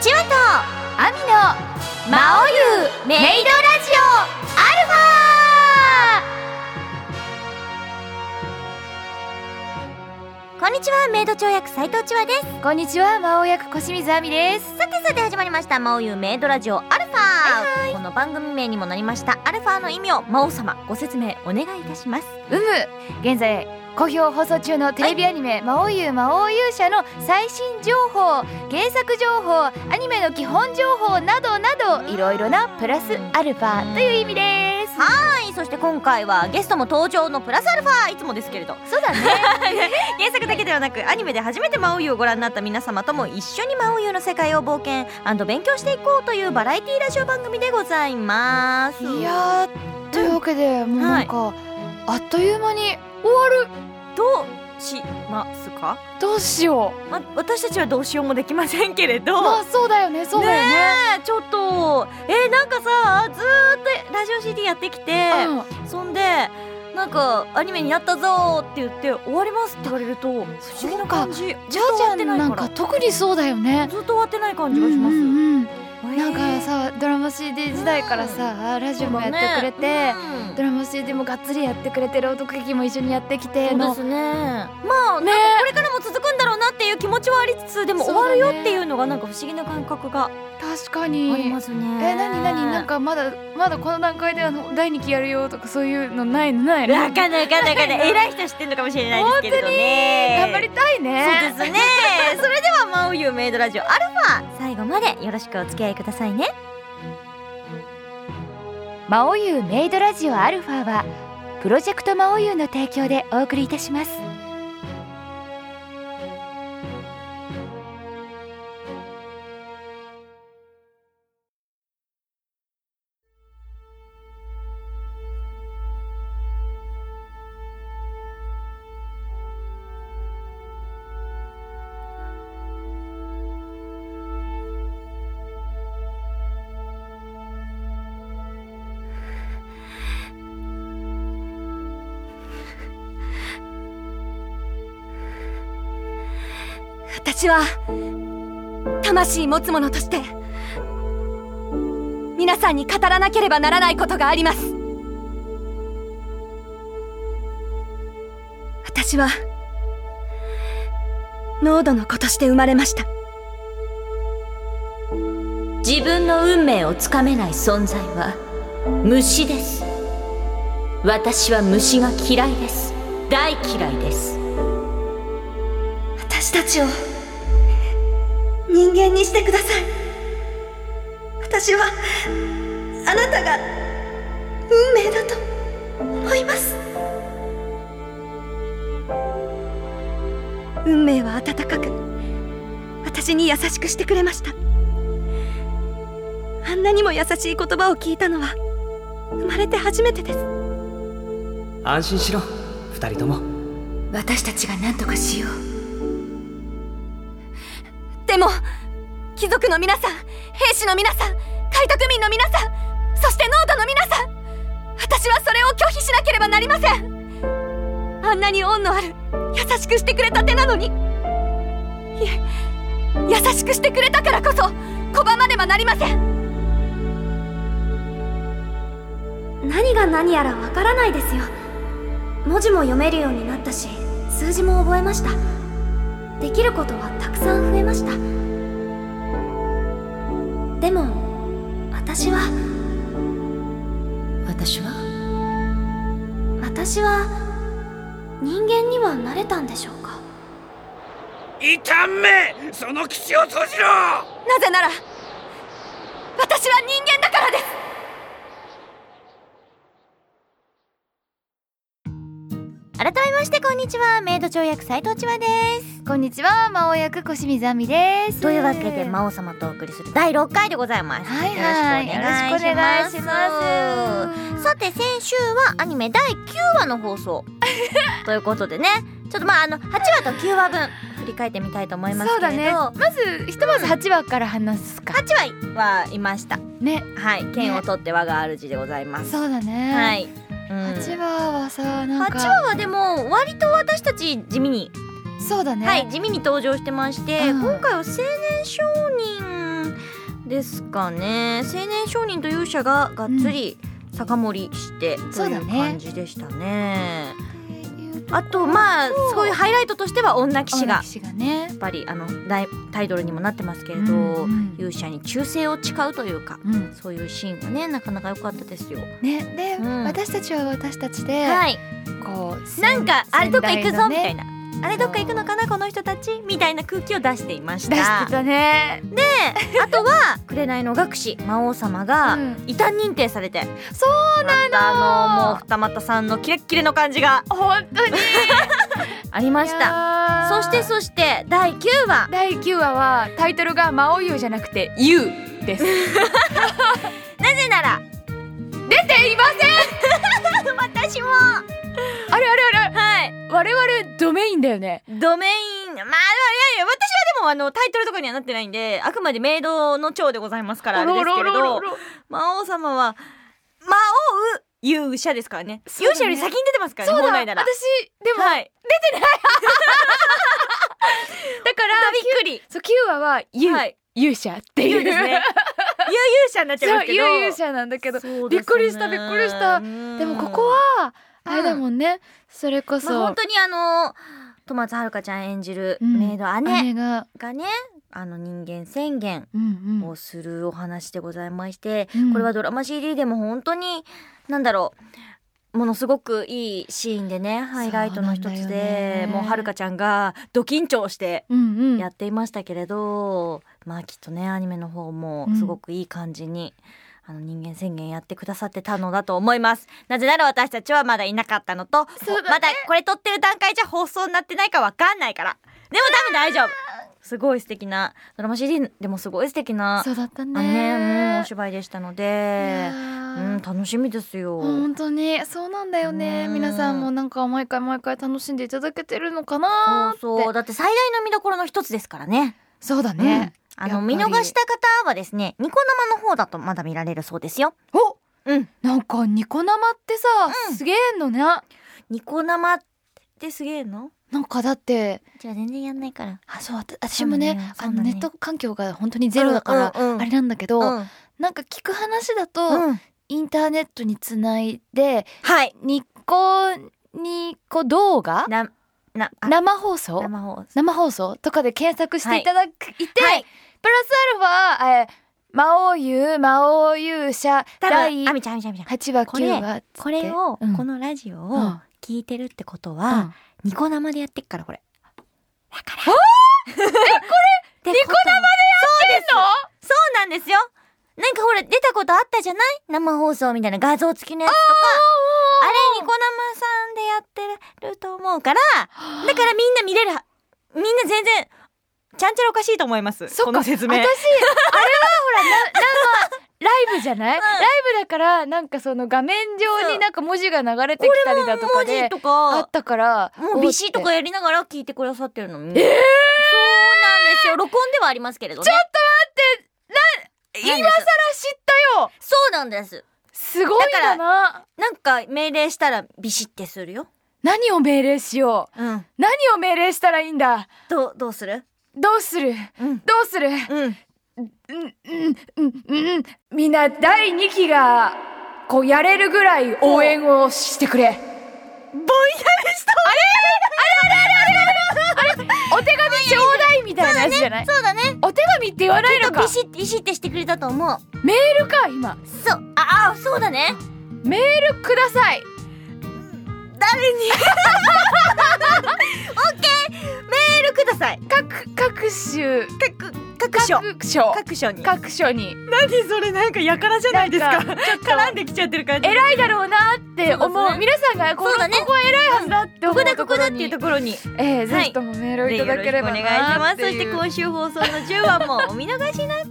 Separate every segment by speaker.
Speaker 1: チワとアミの魔王優メイドラジオアルファこんにちはメイド長役斉藤千和です
Speaker 2: こんにちは、魔王役小清水亜美です。
Speaker 1: さてさて始まりました「魔王優メイドラジオアルファ、この番組名にもなりましたアルファの意味を魔王様ご説明お願いいたします
Speaker 2: うむ、現在好評放送中のテレビアニメ、魔王優魔王勇者の最新情報、原作情報、アニメの基本情報などなどいろいろなプラスアルファという意味です。
Speaker 1: はいそして今回はゲストも登場のプラスアルファいつもですけれど
Speaker 2: そうだね。
Speaker 1: 原作だけではなくアニメで初めて魔王湯をご覧になった皆様とも一緒に魔王湯の世界を冒険勉強していこうというバラエティラジオ番組でございます
Speaker 2: いやーというわけでもうなんか、あっという間に終わる。
Speaker 1: どうしますか、
Speaker 2: どうしよ
Speaker 1: ま、私たちはどうしようもできませんけれ
Speaker 2: う。
Speaker 1: ど、
Speaker 2: まあそうだよね、そうだよね。
Speaker 1: ねえちょっとえーなんかさずーっとラジオ CD やってきて、
Speaker 2: うん
Speaker 1: そんでなんかアニメになったぞーって言って終わりますって言われると不思議な感じず
Speaker 2: ジ
Speaker 1: っと終わ
Speaker 2: ャ
Speaker 1: っ
Speaker 2: ジ
Speaker 1: て
Speaker 2: ャ
Speaker 1: な
Speaker 2: ン
Speaker 1: い
Speaker 2: なん
Speaker 1: か
Speaker 2: から特にそうだよね。
Speaker 1: ずっと終わってない感じがします、
Speaker 2: うんうんうん
Speaker 1: えー
Speaker 2: なんかさドラマ CD 時代からさ、ラジオもやってくれて、
Speaker 1: うん
Speaker 2: ドラマ CD もがっつりやってくれて朗読劇も一緒にやってきての
Speaker 1: そうですねまあねこれからも続くんだろうなっていう気持ちはありつつでも
Speaker 2: そ
Speaker 1: 終
Speaker 2: うだ
Speaker 1: わ
Speaker 2: ね
Speaker 1: るよっていうのがなんか不思議な感覚があ
Speaker 2: 確かに
Speaker 1: りますね
Speaker 2: えなになになんかまだまだこの段階であの第2期やるよとかそういうのないのないの
Speaker 1: なかなかなか ね偉い人知ってるのかもしれないですけれどね
Speaker 2: 頑張りたいね
Speaker 1: そうです ねそれでは「魔王ゆうメイドラジオアルファ最後までよろしくお付き合いくださいね
Speaker 2: 魔王優メイドラジオアルファはプロジェクト魔王優の提供でお送りいたします
Speaker 3: 私は魂持つ者として皆さんに語らなければならないことがあります私は濃度の子として生まれました
Speaker 1: 自分の運命をつかめない存在は虫です私は虫が嫌いです大嫌いです
Speaker 3: 私たちを人間にしてください私はあなたが運命だと思います運命は温かく私に優しくしてくれましたあんなにも優しい言葉を聞いたのは生まれて初めてです
Speaker 4: 安心しろ二人とも
Speaker 3: 私たちが何とかしようでも貴族の皆さん兵士の皆さん開拓民の皆さんそして農奴の皆さん私はそれを拒否しなければなりませんあんなに恩のある優しくしてくれた手なのにいえ優しくしてくれたからこそ拒まねばなりません何が何やらわからないですよ文字も読めるようになったし数字も覚えましたできることはたくさん増えましたでも私は
Speaker 1: 私は
Speaker 3: 私は人間にはなれたんでしょうか
Speaker 5: 痛めその口を閉じろ
Speaker 3: なぜなら私は人間だからです
Speaker 1: 改めましてこんにちはメイド長役斉藤千和です
Speaker 2: こんにちは魔王役小清水亜美です
Speaker 1: というわけで魔王様とお送りする第6回でございます
Speaker 2: はいはい
Speaker 1: よろしくお願いしますさて先週はアニメ第9話の放 送ということでねちょっとまああの8話と9話分振り返ってみたいと思います
Speaker 2: そう
Speaker 1: けれ
Speaker 2: だ
Speaker 1: ど、
Speaker 2: ねまずひとまず8話から話すか、
Speaker 1: 8話はいました
Speaker 2: ね
Speaker 1: はい剣を取って我が主でございます、
Speaker 2: そうだね、
Speaker 1: はい、うん
Speaker 2: 八話はさなんか
Speaker 1: 8話はでも割と私たち地味に、
Speaker 2: そうだね、
Speaker 1: はい地味に登場してまして、
Speaker 2: うん
Speaker 1: 今回は青年商人ですかね青年商人と勇者ががっつり酒盛りしてと
Speaker 2: そ
Speaker 1: い
Speaker 2: うだ
Speaker 1: う
Speaker 2: ね
Speaker 1: 感じでしたね。あとまあすごいハイライトとしては女騎士がや
Speaker 2: 士がね
Speaker 1: っぱりあの大タイトルにもなってますけれど、
Speaker 2: うんうん
Speaker 1: 勇者に忠誠を誓うというか
Speaker 2: うん
Speaker 1: そういうシーンがねなかなか良かったですよ。
Speaker 2: ねで、
Speaker 1: うん
Speaker 2: 私たちは私たちで、
Speaker 1: はい、
Speaker 2: こう
Speaker 1: なんかあれどっか行くぞみたい
Speaker 2: な
Speaker 1: な、あれどっか行くのかなこの人たちみたいな空気を出していまし。
Speaker 2: 出したてたね、
Speaker 1: であとは紅の学士魔王様が、
Speaker 2: うん
Speaker 1: 異端認定されて
Speaker 2: そう
Speaker 1: またあのもう二股さんのキレッキレの感じが
Speaker 2: 本当に
Speaker 1: ありましたそ
Speaker 2: た
Speaker 1: してそして第9話
Speaker 2: 第9話はタイトルが「魔王優」じゃなくて「優」です
Speaker 1: なぜなら
Speaker 2: 出ていません
Speaker 1: 私も
Speaker 2: あれあれあれ
Speaker 1: はい
Speaker 2: 我々ドメインだよね
Speaker 1: ドメインまあいやいや私はでもあのタイトルとかにはなってないんであくまでメイドの長でございますからあれですけれど魔王様は魔王勇者ですからね
Speaker 2: そうだね
Speaker 1: 勇者より先に出てますからね
Speaker 2: そうだ
Speaker 1: 本来
Speaker 2: 私
Speaker 1: なら
Speaker 2: でも、
Speaker 1: はい
Speaker 2: だから
Speaker 1: びっくり
Speaker 2: そう9話は「優」
Speaker 1: はい
Speaker 2: 勇者っていう
Speaker 1: 勇 ですね勇勇者になっちゃいますけ
Speaker 2: そう
Speaker 1: ど
Speaker 2: 優勇者なんだけど
Speaker 1: そうですね
Speaker 2: びっくりしたびっくりしたでもここ、はあれだもんね、それこ
Speaker 1: うんまあ、
Speaker 2: そ、
Speaker 1: 本当にあの戸松遥ちゃん演じる
Speaker 2: うん
Speaker 1: メイド姉
Speaker 2: 姉が、
Speaker 1: がね、あの人間宣言
Speaker 2: うんうん
Speaker 1: をするお話でございまして、
Speaker 2: うん
Speaker 1: これはドラマ CD でも本当になんだろうものすごくいいシーンでねハイライトの一つ
Speaker 2: そうなんだ
Speaker 1: で
Speaker 2: よね
Speaker 1: もう遥ちゃんがド緊張して
Speaker 2: うんうん
Speaker 1: やっていましたけれど、まあきっとねアニメの方もすごくいい感じに、あの人間宣言やってくださってたのだと思いますなぜなら私たちはまだいなかったのと、
Speaker 2: そうだね
Speaker 1: まだこれ撮ってる段階じゃ放送になってないかわかんないからでも多分大丈夫すごい素敵なドラマ CD でもすごい素敵な
Speaker 2: そうだったね
Speaker 1: あねうんお芝居でしたので、う
Speaker 2: うん
Speaker 1: ん、楽しみですよ、
Speaker 2: 本当にそうなんだよね
Speaker 1: うん
Speaker 2: 皆さんもなんか毎回毎回楽しんでいただけてるのかなーって
Speaker 1: そうそうだって最大の見どころの一つですからね
Speaker 2: そうだね、
Speaker 1: あ
Speaker 2: やっ
Speaker 1: の
Speaker 2: ぱり
Speaker 1: 見逃した方はですねニコ生の方だとまだ見られるそうですよ
Speaker 2: お
Speaker 1: うん
Speaker 2: なんかニコ生ってさ、
Speaker 1: うん
Speaker 2: すげえのね
Speaker 1: ニコ生ってすげえの
Speaker 2: なんかだって
Speaker 1: じゃあ全然やんないから
Speaker 2: あそうわた私もね
Speaker 1: そう
Speaker 2: あ
Speaker 1: なのよそうなの
Speaker 2: のネ
Speaker 1: よ
Speaker 2: ット環境が本当にゼロだから、
Speaker 1: うんうんうん
Speaker 2: あれなんだけど、
Speaker 1: うん、
Speaker 2: なんか聞く話だと、
Speaker 1: うん、
Speaker 2: インターネットにつないで
Speaker 1: はい
Speaker 2: ニコニコ動画
Speaker 1: ななあ
Speaker 2: 生放送
Speaker 1: 生放送
Speaker 2: 生放送とかで検索していただく、い、て、
Speaker 1: はい
Speaker 2: プラスアルファ、えー魔王優魔王勇者
Speaker 1: 多
Speaker 2: 第
Speaker 1: 分あ
Speaker 2: 8
Speaker 1: みちゃんあみちゃんあみちゃん
Speaker 2: 話
Speaker 1: これ
Speaker 2: 9話
Speaker 1: これを、
Speaker 2: うん
Speaker 1: このラジオ
Speaker 2: うん
Speaker 1: を聞いてるってことは、
Speaker 2: うん
Speaker 1: ニコ生でやってっからこれだからえこれニコ生でやってんのそうなんですよなんかほら出たことあったじゃない生放送みたいな画像付きのやつとかあれニコ生さんでやってると思う からだからみんな見れるはみんな全然ちゃんちゃらおかしいと思います
Speaker 2: そっ
Speaker 1: こ
Speaker 2: か
Speaker 1: の説
Speaker 2: 私あ
Speaker 1: 明
Speaker 2: れはほらななんかライブじゃない、ライブだからなんかその画面上になんか文字が流れてきたりだとか
Speaker 1: 文字
Speaker 2: で
Speaker 1: と
Speaker 2: あ
Speaker 1: か
Speaker 2: ったから
Speaker 1: もうビシッとかやりながら聞いてくださってるのみんなそうなんですよ録音ではありますけれどねちょっと
Speaker 2: 今更知ったよ
Speaker 1: そうなんです
Speaker 2: すごいん
Speaker 1: だ
Speaker 2: だ
Speaker 1: か
Speaker 2: な
Speaker 1: なんか命令したらビシッてするよ
Speaker 2: 何を命令しよ
Speaker 1: うん
Speaker 2: う何を命令したらいいんだ
Speaker 1: どうどうする
Speaker 2: どうす
Speaker 1: う
Speaker 2: る
Speaker 1: ん
Speaker 2: どうする
Speaker 1: うん
Speaker 2: うんうんうんうんみんな第2期がこうやれるぐらい応援をしてくれぼんやりしたあれあれあれあれあれあれお手紙ちょうだいみたいなやつじゃない
Speaker 1: そうだね
Speaker 2: お手紙って言わないのか
Speaker 1: ビシッビシッてしてくれたと思う
Speaker 2: メールか今
Speaker 1: そうああそうだね
Speaker 2: メールください
Speaker 1: 誰 にオッケーメールください
Speaker 2: 各各種
Speaker 1: 各各所
Speaker 2: 各所
Speaker 1: 各所に
Speaker 2: 各所に
Speaker 1: 何それなんかやからじゃ
Speaker 2: ないですか
Speaker 1: 絡んできちゃってる感
Speaker 2: 偉いだろうなって思
Speaker 1: そう
Speaker 2: う
Speaker 1: ですね
Speaker 2: 皆さんがこの
Speaker 1: そう
Speaker 2: こ
Speaker 1: だね
Speaker 2: こは偉いはずだって
Speaker 1: こ
Speaker 2: 思
Speaker 1: こ
Speaker 2: う
Speaker 1: だ
Speaker 2: と
Speaker 1: こ
Speaker 2: こ
Speaker 1: こ
Speaker 2: ろ
Speaker 1: だってい
Speaker 2: に
Speaker 1: うところに
Speaker 2: えーぜひともメールをいただければ
Speaker 1: ぜひよろしくお願
Speaker 2: なっ
Speaker 1: い
Speaker 2: て
Speaker 1: しますそして
Speaker 2: いう
Speaker 1: 今週放送の10話もお見逃しなく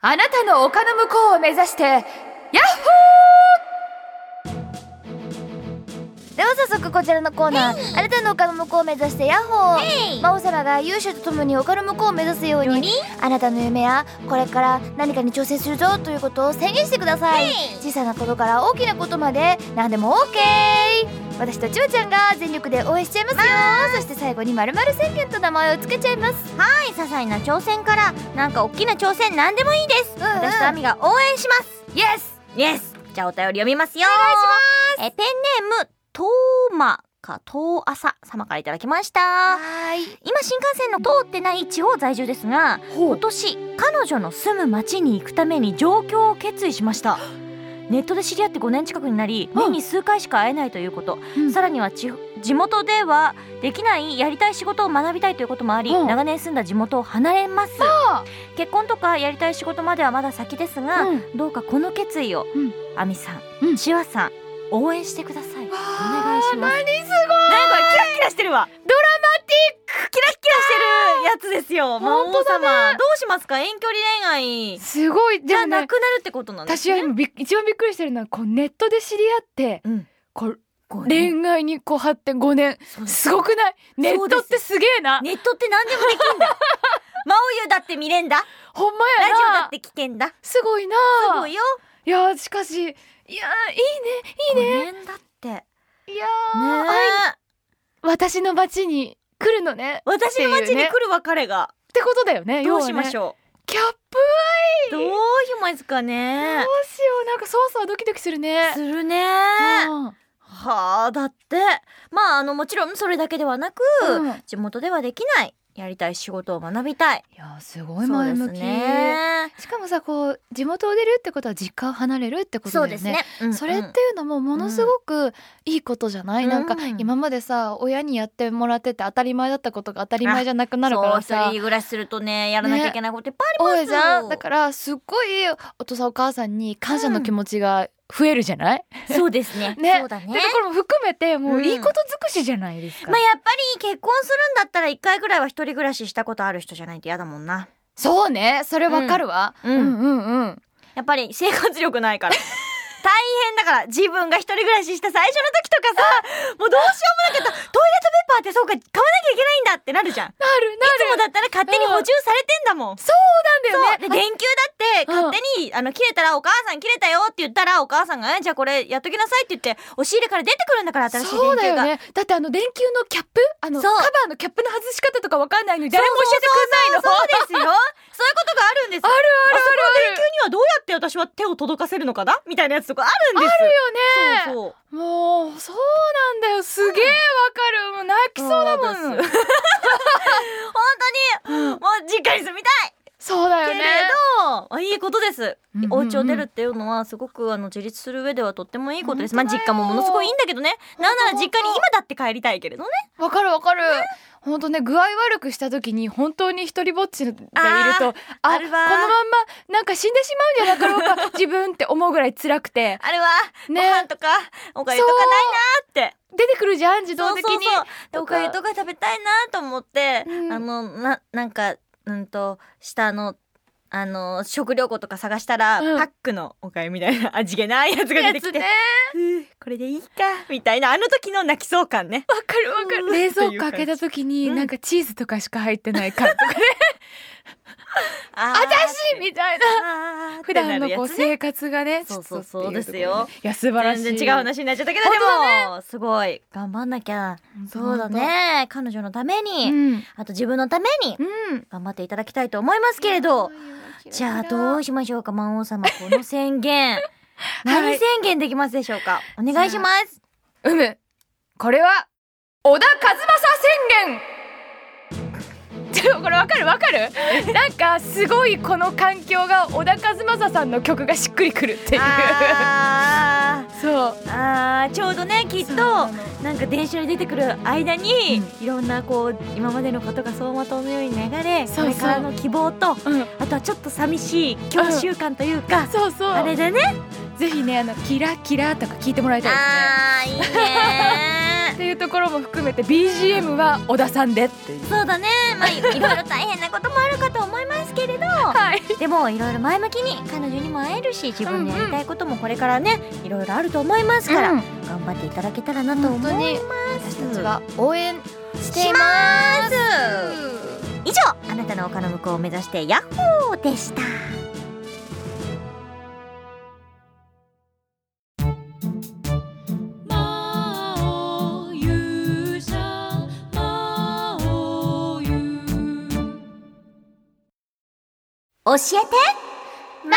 Speaker 2: あなたの丘の向こうを目指してヤッホーでは早速こちらのコーナーあなたの丘の向こうを目指してヤッホー魔王様が勇者と共に丘の向こうを目指すようにあなたの夢やこれから何かに挑戦するぞということを宣言してください小さなことから大きなことまで何でも OK 私とちゅうちゃんが全力で応援しちゃいますよそして最後に〇〇宣言と名前をつけちゃいます
Speaker 1: はい些細な挑戦からなんか大きな挑戦なんでもいいです、
Speaker 2: んうん
Speaker 1: 私とアミが応援します
Speaker 2: イエス
Speaker 1: イエスじゃあお便り読みますよお願いしますえペンネームトーマかトーアサ様からいただきました
Speaker 2: はい
Speaker 1: 今新幹線の通ってない地方在住ですが今年彼女の住む町に行くために上京を決意しましたネットで知り合って5年近くになり年に数回しか会えないということ、
Speaker 2: うん
Speaker 1: さらには地地元ではできないやりたい仕事を学びたいということもあり、
Speaker 2: うん
Speaker 1: 長年住んだ地元を離れます
Speaker 2: あ
Speaker 1: 結婚とかやりたい仕事まではまだ先ですが、
Speaker 2: うん
Speaker 1: どうかこの決意を、
Speaker 2: うん
Speaker 1: あみさ、
Speaker 2: うんん
Speaker 1: ちわさん応援してくださいお願いします
Speaker 2: 何す
Speaker 1: なんかこれキラキラしてるわドラマティックキラキラしてるやつですよ魔王
Speaker 2: 本当
Speaker 1: 様、どうしますか遠距離恋愛
Speaker 2: すごい
Speaker 1: じ
Speaker 2: で
Speaker 1: ゃ
Speaker 2: も
Speaker 1: あな
Speaker 2: ね
Speaker 1: くなるってことなんです
Speaker 2: 私は
Speaker 1: ね
Speaker 2: 今びっ一番びっくりしてるのはこうネットで知り合って
Speaker 1: うん
Speaker 2: こう
Speaker 1: こうね
Speaker 2: 恋愛にこう発展5年
Speaker 1: そうです
Speaker 2: すごくないネットってすげえな
Speaker 1: ネットって何でもできんだ 魔王湯だって見れんだ
Speaker 2: ほんま
Speaker 1: ラジ
Speaker 2: や
Speaker 1: オだ
Speaker 2: な
Speaker 1: って聞けんだす
Speaker 2: すごいな
Speaker 1: ごいよ
Speaker 2: いやーしかしいやーいいねいいね
Speaker 1: 5年だってね
Speaker 2: いや
Speaker 1: え
Speaker 2: ー、私の町に来るのね
Speaker 1: 私の
Speaker 2: ってい
Speaker 1: 街
Speaker 2: う
Speaker 1: に
Speaker 2: ね
Speaker 1: 来る別れが
Speaker 2: ってことだよね
Speaker 1: どうしまし
Speaker 2: ょう
Speaker 1: ょ
Speaker 2: キャップ
Speaker 1: うどうしますか
Speaker 2: ど
Speaker 1: ね
Speaker 2: うしようなんか操作ドキドキするね
Speaker 1: するね
Speaker 2: うん
Speaker 1: はあだってまああのもちろんそれだけではなく、
Speaker 2: うん
Speaker 1: 地元ではできないやりたい仕事を学びたい
Speaker 2: いやーすごい前向
Speaker 1: そう
Speaker 2: き、
Speaker 1: ですね
Speaker 2: しかもさこう地元を出るってことは実家を離れるってことだ
Speaker 1: そ
Speaker 2: よ
Speaker 1: う
Speaker 2: ね
Speaker 1: ですね、うん
Speaker 2: それっていうのもものすごくいいことじゃない、
Speaker 1: うん
Speaker 2: なんか
Speaker 1: うん
Speaker 2: 今までさ親にやってもらってて当たり前だったことが当たり前じゃなくなるから
Speaker 1: そう一
Speaker 2: さ
Speaker 1: 人暮らしするとねやらなきゃいけないこといっぱいあ
Speaker 2: 多
Speaker 1: ります
Speaker 2: いじ
Speaker 1: よ、
Speaker 2: ゃんだからすっごいお父さんお母さんに感謝の気持ちが増えるじゃない、
Speaker 1: そうですね
Speaker 2: ね
Speaker 1: そうだね
Speaker 2: ってところも含めてもういい
Speaker 1: うん
Speaker 2: こと尽くしじゃないですか、
Speaker 1: まあやっぱり結婚するんだったら一回ぐらいは一人暮らししたことある人じゃないと嫌だもんな
Speaker 2: そうねそれわかるわ、
Speaker 1: うん
Speaker 2: うんうんうん
Speaker 1: やっぱり生活力ない から大変だから自分が一人暮らしした最初の時とかさもうどうしようもなかったトイレットペーパーってそうか買わなきゃいけないんだってなるじゃん
Speaker 2: なるない
Speaker 1: つもだったら勝手に補充されてんだもん。
Speaker 2: るなんだ
Speaker 1: で
Speaker 2: よね
Speaker 1: 電球だって勝手に、あの切れたらお母さん切れたよって言ったらお母さんがえ「じゃあこれやっときなさい」って言って押し入れから出てくるんだから新しい電球が。
Speaker 2: そうだよねだってあの電球のキャップあのカ
Speaker 1: そう
Speaker 2: バーのキャップの外し方とかわかんないのに誰も教えてくんないの
Speaker 1: そうそうそうそうですよそういうことがあるんです
Speaker 2: あるある
Speaker 1: あそこの電球にはどうやって私は手を届かせるのかなみたいなやつとかあるんです
Speaker 2: あるよね
Speaker 1: そう
Speaker 2: もうそうなんだよすげえわかるもう泣き
Speaker 1: そ
Speaker 2: そううだもん
Speaker 1: そうです 本当に、もう実家に住みたい
Speaker 2: そうだよ
Speaker 1: け
Speaker 2: ね
Speaker 1: れど、あいいことです、
Speaker 2: うんうんうん
Speaker 1: お家を出るっていうのはすごくあの自立する上ではとってもいいことですま
Speaker 2: 本
Speaker 1: あ
Speaker 2: 当だ
Speaker 1: 実家
Speaker 2: よ
Speaker 1: もものすごいいいんだけどねなんなら実家に
Speaker 2: 本当
Speaker 1: 今だって帰りたいけれどね
Speaker 2: わかるわかる本当ね具合悪くした時に本当に一人ぼっちでいるとあ
Speaker 1: あ
Speaker 2: こ
Speaker 1: る
Speaker 2: の
Speaker 1: わ
Speaker 2: まんまなんか死んでしまうんじゃなかろうか自分って思うぐらい辛くて
Speaker 1: あれはご
Speaker 2: ね
Speaker 1: 飯とかおかゆとかないなーって
Speaker 2: 出てくるじゃん自動
Speaker 1: そう
Speaker 2: 的
Speaker 1: そう
Speaker 2: に
Speaker 1: そうで
Speaker 2: と
Speaker 1: お
Speaker 2: か
Speaker 1: かゆとか食べたいなーと思って、
Speaker 2: うん
Speaker 1: あのななんかうんと下のあの食料庫とか探したら、
Speaker 2: うん
Speaker 1: パックのおかゆみたいな味気ないやつが出て
Speaker 2: や
Speaker 1: き
Speaker 2: つ
Speaker 1: て、
Speaker 2: ね
Speaker 1: ふうこれでいいかみたいなあの時の泣きそう感ね
Speaker 2: わかるわかる
Speaker 1: うー
Speaker 2: 冷蔵
Speaker 1: ってい
Speaker 2: 庫
Speaker 1: う感じ
Speaker 2: 開けた時に
Speaker 1: うん
Speaker 2: なんかチーズとかしか入ってない缶とかね
Speaker 1: あー
Speaker 2: 私みたい
Speaker 1: あー
Speaker 2: な
Speaker 1: って
Speaker 2: 普
Speaker 1: な
Speaker 2: 段の
Speaker 1: るや
Speaker 2: こう
Speaker 1: つね
Speaker 2: 生活がね
Speaker 1: そうそう
Speaker 2: ちょっとっていところ
Speaker 1: そうですよ
Speaker 2: いや素晴らしい
Speaker 1: 全然違う話になっちゃったけどで
Speaker 2: 本当
Speaker 1: も、すごい頑張んなきゃそうだ
Speaker 2: 本
Speaker 1: ね彼女のため
Speaker 2: 当
Speaker 1: に、
Speaker 2: うん
Speaker 1: あと自分のために
Speaker 2: うん
Speaker 1: 頑張っていただきたいと思いますけれどじゃあどうしましょうか魔王様この宣 言何宣言できますでしょうかお願いします
Speaker 2: うむこれは小田和正宣言ちょこれわかるわかるなんかすごいこの環境が小田和正さんの曲がしっくりくるっていう
Speaker 1: あー
Speaker 2: そう
Speaker 1: あーちょうどねきっと
Speaker 2: そう
Speaker 1: なんか電車に出てくる間に、いろんなこう今までのことが走馬灯のように流れ
Speaker 2: そうそ
Speaker 1: こ
Speaker 2: う
Speaker 1: れからの希望と
Speaker 2: うん
Speaker 1: あとはちょっと寂しい教習感というか、
Speaker 2: そうそう
Speaker 1: あれでね
Speaker 2: ぜひねあのキラキラとか聞いてもらいたいですね
Speaker 1: あーいいね
Speaker 2: っていうところも含めて BGM は小田さんでってい う
Speaker 1: そうだね、まあ、いろいろ大変なこともあるかと思いますけれど、
Speaker 2: はい
Speaker 1: でもいろいろ前向きに彼女にも会えるし自分のやりたいこともこれからねいろいろあると思いますから、
Speaker 2: うん
Speaker 1: 頑張っていただけたらなと思い
Speaker 2: 本
Speaker 1: ま
Speaker 2: 当
Speaker 1: す
Speaker 2: に私たちが応援して
Speaker 1: し
Speaker 2: い
Speaker 1: ま
Speaker 2: ます
Speaker 1: 以上あなたの丘の向こうを目指してヤッホーでした
Speaker 3: 「
Speaker 1: 教えてまゆ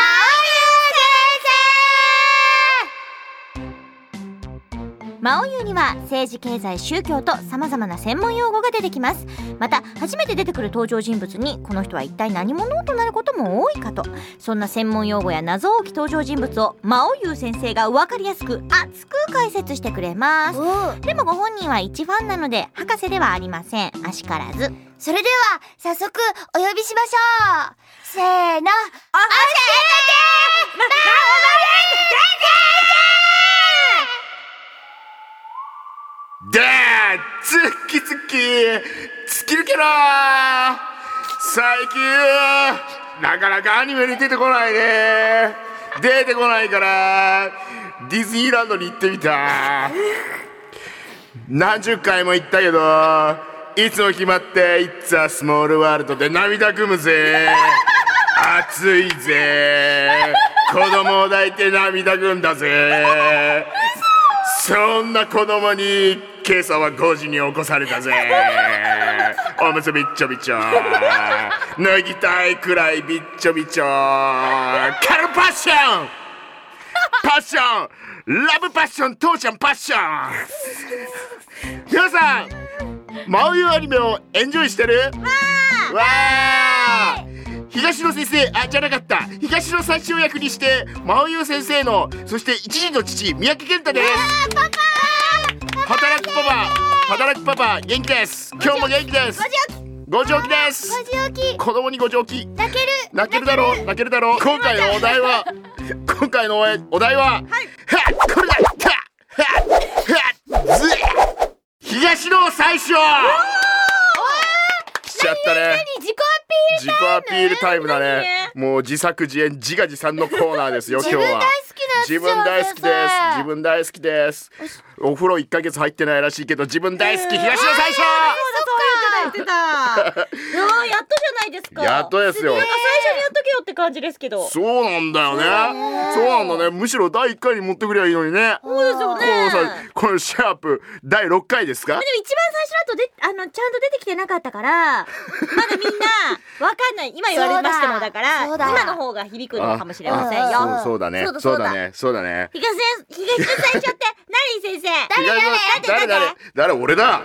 Speaker 1: 先生まおゆには政治経済宗教とさまざまな専門用語が出てきますまた初めて出てくる登場人物にこの人は一体何者となることも多いかとそんな専門用語や謎多き登場人物をまおゆ先生が分かりやすく熱く解説してくれますでもご本人は一ファンなので博士ではありませんあしからず
Speaker 3: それでは早速お呼びしましょうせーの
Speaker 6: だーズッキズッキつきるけなー最近なかなかアニメに出てこないね出てこないからディズニーランドに行ってみた何十回も行ったけどいつも決まって「It's a small world」で涙ぐむぜ暑いぜ子供を抱いて涙ぐんだぜそんな子供に今朝は5時に起こされたぜおむつびっちょびちょ脱ぎたいくらいびっちょびちょカルパッションパッションラブパッション父ちゃんパッション皆さん真冬アニメをエンジョイしてるわー東野先生あじゃなかった東野三章役にして真央先生のそして一児の父三宅健太です働くパパ働くパパ元気です今日も元気ですご上気です子供にご上気泣ける泣けるだろう泣けるだろう今回のお題は今回のお題お題ははっこれだはっはっはっずっ東野最初来ちゃったね
Speaker 1: 自己
Speaker 6: 自己アピールタイムだね。もう自作自演自画自賛のコーナーですよ今日は。自分大好きです。自分大好きです。お風呂一ヶ月入ってないらしいけど自分大好き東野最初。
Speaker 1: そうだそう言ってた 言ってたいやーやっとじゃないですか
Speaker 6: やっとですよ
Speaker 1: なんか最初にやっとけよって感じですけどそ
Speaker 6: そうなんだよね。そうなんだね。むしろ第一回に持ってくりゃいいのにね。こ
Speaker 1: うですよ
Speaker 6: の
Speaker 1: ね
Speaker 6: さこのシャープ第六回ですか
Speaker 1: で。も一番最初だとであのちゃんと出てきてなかったからまだみんなわかん ない今言われましてもだから
Speaker 3: そうだ
Speaker 1: 今の方が響くのかもしれませんよ
Speaker 6: そうそうだね
Speaker 1: そう。だ
Speaker 6: そ
Speaker 1: そううだ
Speaker 6: だね。そうだね。
Speaker 1: 東先生東先生って何先生
Speaker 6: 誰誰誰誰 俺だ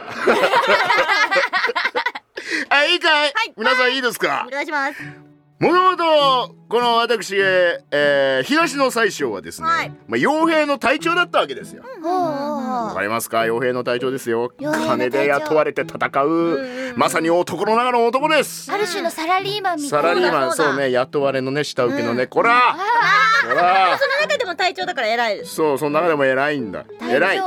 Speaker 6: あいいかい、皆さんいいですか
Speaker 1: お願いします
Speaker 6: もともとこの私、えー、東の最相はですね、
Speaker 1: はい
Speaker 6: まあ傭兵の隊長だったわけですよわ
Speaker 3: ほ
Speaker 6: かりますか傭兵の隊長ですよ
Speaker 3: 傭兵の隊長
Speaker 6: 金で雇われて戦う、まさに男の中の男です
Speaker 3: うある種のサラリーマンみた
Speaker 6: サ
Speaker 3: いな
Speaker 6: ラリーマン
Speaker 1: そうだ
Speaker 6: そうね雇われのね下請けのね、こらこら
Speaker 1: その中でも隊長だから偉いです
Speaker 6: そうその中でも偉いんだ偉い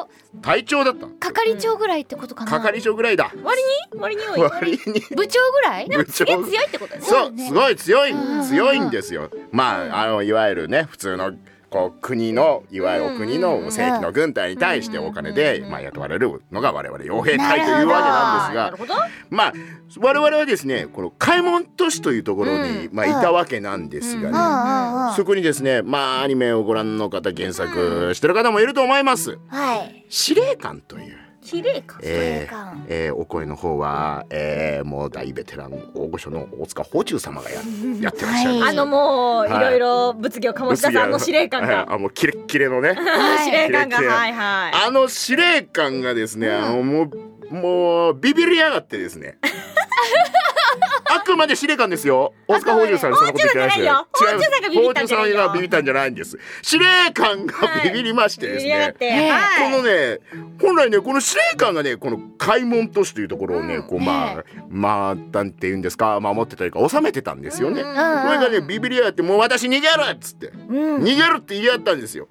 Speaker 6: 隊長だった
Speaker 3: 係長ぐらいってことかな
Speaker 6: 係長ぐらいだ
Speaker 1: 割に割に多い
Speaker 6: 割に
Speaker 2: 部長ぐらい
Speaker 6: 部長
Speaker 1: え強いってことですね
Speaker 6: そう、すごい強い、強いんですよ。まあ、あの、いわゆるね、普通の。こう国のいわゆるお国の正規の軍隊に対してお金で、まあ、雇われるのが我々傭兵隊というわけなん
Speaker 1: なる
Speaker 6: ですが
Speaker 1: ほど
Speaker 6: まあ我々はですねこの開門都市というところに、まあ、いたわけなんですがね、
Speaker 3: ああ
Speaker 6: そこにですねまあアニメをご覧の方原作してる方もいると思います。
Speaker 3: ああはい
Speaker 6: 司令官という
Speaker 1: 綺麗か
Speaker 6: え
Speaker 3: 司令官
Speaker 6: ーえーお声の方は、えーもう大ベテラン大御所の大塚宝忠 様がややってらっしゃるんですよ
Speaker 1: あのもうい
Speaker 6: はい
Speaker 1: ろいろ物議を醸し出すあの司令官
Speaker 6: はい
Speaker 1: が
Speaker 6: あもうキレッキレ のね
Speaker 1: 司令官が
Speaker 6: キレッキレ
Speaker 1: はいはい
Speaker 6: あの司令官がですね、あのもうもうビビりやがってで すねあくまで司令官ですよ大塚宝珠さんそんなこと言ってないですよ
Speaker 1: 宝珠さんが
Speaker 6: 違
Speaker 1: ビビったん
Speaker 6: います
Speaker 1: じゃないよ
Speaker 6: 宝珠さんがビビったんじゃないんです司令官が
Speaker 1: はい
Speaker 6: ビビりましてです
Speaker 1: 盛り
Speaker 6: ね、
Speaker 1: 上がっては
Speaker 6: こ
Speaker 1: い
Speaker 6: のね本来ねこの司令官がねこの開門都市というところをね、こうまあまあなんて言うんですか守ってたりか収めてたんですよね。これがねビビりやがって「もう私逃げる!」っつって、逃げるって言い合ったんですよ。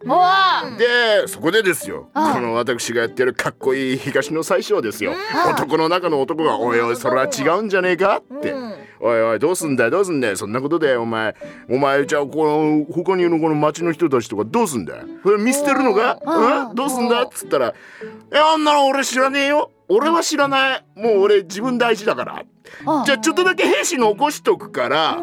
Speaker 6: でそこでですよこの私がやってるかっこいい東の最小ですよ、男の中の男が「おいおいそれは違うんじゃねえか?」って、おいおいどうすんだよどうすんだよそんなことでお前お前じゃあこの他にいるこの町の人たちとかどうすんだよそれ見捨てるのかうんどうすんだっつったら「えあんなの俺知らねえよ俺は知らないもう俺自分大事だから」じゃあちょっとだけ兵士残しとくから、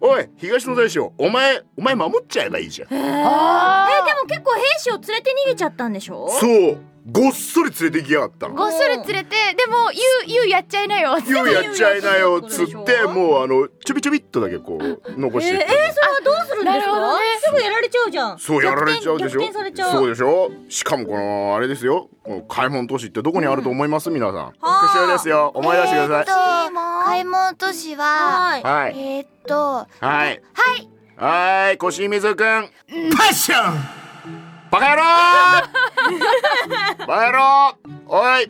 Speaker 6: おい東の大将お前お前守っちゃえばいいじゃ
Speaker 1: え
Speaker 6: ん。
Speaker 1: でも結構兵士を連れて逃げちゃったんでしょ
Speaker 6: そうごっそり連れて行きやがったの
Speaker 2: ごっそり連れてでもゆうゆうやっちゃいなよ
Speaker 6: ようやっちゃいなよっつってもうあのちょびちょびっとだけこう残してって、
Speaker 1: それはどうするん
Speaker 2: な
Speaker 1: で
Speaker 2: る
Speaker 1: す
Speaker 2: ほど
Speaker 1: か
Speaker 2: ね
Speaker 1: すぐやられちゃうじゃん
Speaker 6: そうやられちゃうでしょ
Speaker 1: 逆転逆転されちゃう
Speaker 6: そうでしょしかもこのあれですよこの開門都市ってどこにあると思います、皆さん
Speaker 1: はあ
Speaker 6: 復習ですよ思い出してくださ
Speaker 1: はい
Speaker 3: 買い物都市は、
Speaker 1: はい
Speaker 6: いはい
Speaker 3: えー、っと
Speaker 6: はい
Speaker 3: はい
Speaker 6: はい腰水くん
Speaker 5: パッション
Speaker 6: バカ野郎バカ野郎おい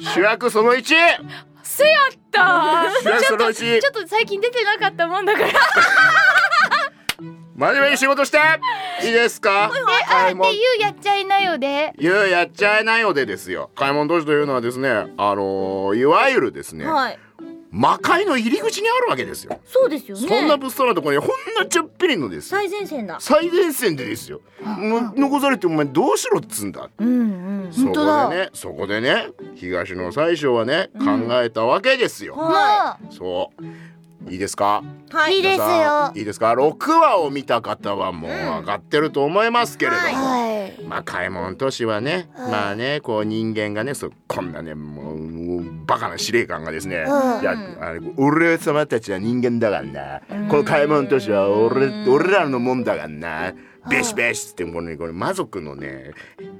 Speaker 6: 主役その1主
Speaker 2: せやった
Speaker 6: 役その1
Speaker 2: ちょっと最近出てなかったもんだから
Speaker 6: 真面目に仕事していいですか
Speaker 2: あ
Speaker 6: 開
Speaker 2: って
Speaker 6: 門
Speaker 2: ゆうやっちゃいなよで
Speaker 6: ゆうやっちゃいないよでですよ開門都市というのはですねあのーいわゆるですね、
Speaker 1: はい
Speaker 6: 魔界の入り口にあるわけですよ、
Speaker 1: そうですよね
Speaker 6: そんな物騒なところにほんのちょっぴりのですよ
Speaker 1: 最前線だ
Speaker 6: 最前線でですよもう残されてお前どうしろっつんだ
Speaker 1: うんうん
Speaker 6: そ
Speaker 1: 本
Speaker 6: こ
Speaker 1: 当だ
Speaker 6: でねそこでね東の最初はね考えたわけですよ、
Speaker 1: は
Speaker 6: そういいですか
Speaker 1: いはいい
Speaker 6: 皆さんいいですか6話を見た方はもう上がってると思いますけれども、
Speaker 3: はい
Speaker 6: まあ買い物都市はね、まあねこう人間がねそうこんなねもうもうバカな司令官がですね、いやあれ俺様たちは人間だからな、この買い物都市は俺俺らのもんだからな。ベシベシってこのねこれ魔族のね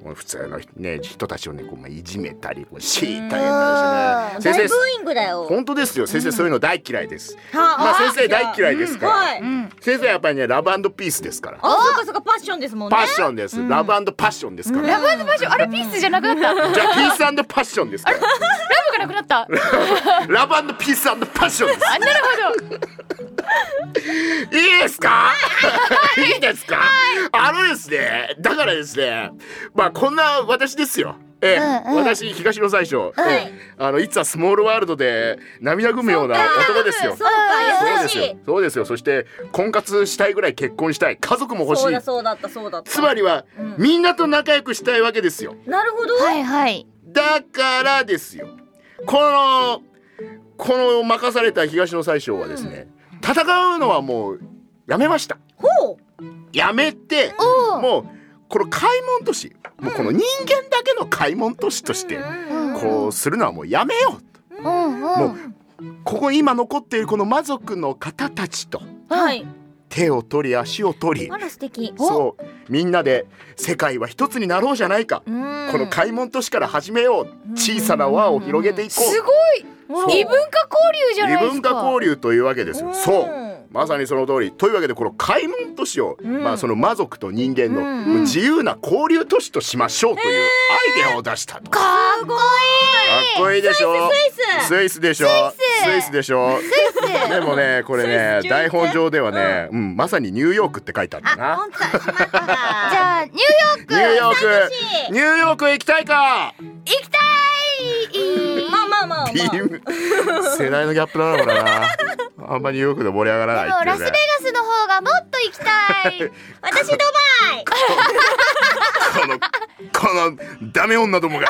Speaker 6: この普通の、ね、人たちをねこう、まあ、いじめたりこう強いたりだしね
Speaker 1: 大ブー
Speaker 6: 先生
Speaker 1: イングだよ
Speaker 6: 本当ですよ先生そういうの大嫌いです、
Speaker 1: は
Speaker 6: まあ先生大嫌いですから、
Speaker 1: はい
Speaker 6: 先生はやっぱりねラブピースですから
Speaker 1: あそうかそうかパッションですもんね
Speaker 6: パッションです、ラブパッションですから、
Speaker 2: ラブパッションあれピースじゃなくなったラブ
Speaker 6: じゃあピースパッションですから
Speaker 2: がなくなった
Speaker 6: ラブピースパッションで
Speaker 2: あなるほど
Speaker 6: すいいですかいいですかあのですねだからですねまあこんな私ですよええ私東の最初、ええあのいつはスモールワールドで涙ぐむような男ですよ
Speaker 1: そうか
Speaker 6: そう
Speaker 1: 優
Speaker 6: で
Speaker 1: し
Speaker 6: す
Speaker 1: い
Speaker 6: よそうですよそして婚活したいぐらい結婚したい家族も欲し
Speaker 1: そう
Speaker 6: い
Speaker 1: だそうだったそうだった
Speaker 6: つまりは、みんなと仲良くしたいわけですよ
Speaker 1: なるほど
Speaker 2: いはい
Speaker 6: だからですよこのこの任された東の宰相はですね、戦うのはもうやめました
Speaker 1: ほう
Speaker 6: やめてもうこの開門都市もうこの人間だけの開門都市としてこうするのはもうやめようと、もうここに今残っているこの魔族の方たちと
Speaker 1: はい
Speaker 6: 手を取り足を取り
Speaker 1: あら素敵
Speaker 6: そうみんなで世界は一つになろうじゃないか、
Speaker 1: うん
Speaker 6: この開門都市から始めよう小さな輪を広げていこ
Speaker 2: す
Speaker 6: う
Speaker 2: ごい異文化交流じゃない
Speaker 6: 異
Speaker 2: です
Speaker 6: 文化
Speaker 2: か
Speaker 6: 交流というわけです
Speaker 1: うん
Speaker 6: よそうまさにその通りというわけでこの開門都市を、
Speaker 1: ん
Speaker 6: まあ、その魔族と人間
Speaker 1: う
Speaker 6: の
Speaker 1: ん
Speaker 6: もう自由な交流都市としましょうというアイデアを出したと、かっ
Speaker 1: かっこ
Speaker 6: こいいでしょ
Speaker 1: イス
Speaker 6: スイスでしょスイスでしょでもねこれ
Speaker 1: スイス中
Speaker 6: ね
Speaker 1: 立
Speaker 6: 台本上ではね、うんまさにニューヨークって書いてあったな
Speaker 1: 本当だしまったじ
Speaker 2: じ
Speaker 1: ゃあ
Speaker 2: ゃあニューヨーク
Speaker 6: ニューヨー
Speaker 1: しい
Speaker 6: クニューヨーク行きたいか
Speaker 1: まあまあまあまあ
Speaker 6: ビーム世代のギャップだなこれなあんまニューヨークで盛り上がらない
Speaker 2: もう
Speaker 6: ってい
Speaker 2: ラ
Speaker 6: う
Speaker 2: ス
Speaker 6: ね
Speaker 2: ベガスの方がもっと行きたい
Speaker 1: 私ドバイ
Speaker 6: この、この、ダメ女どもが。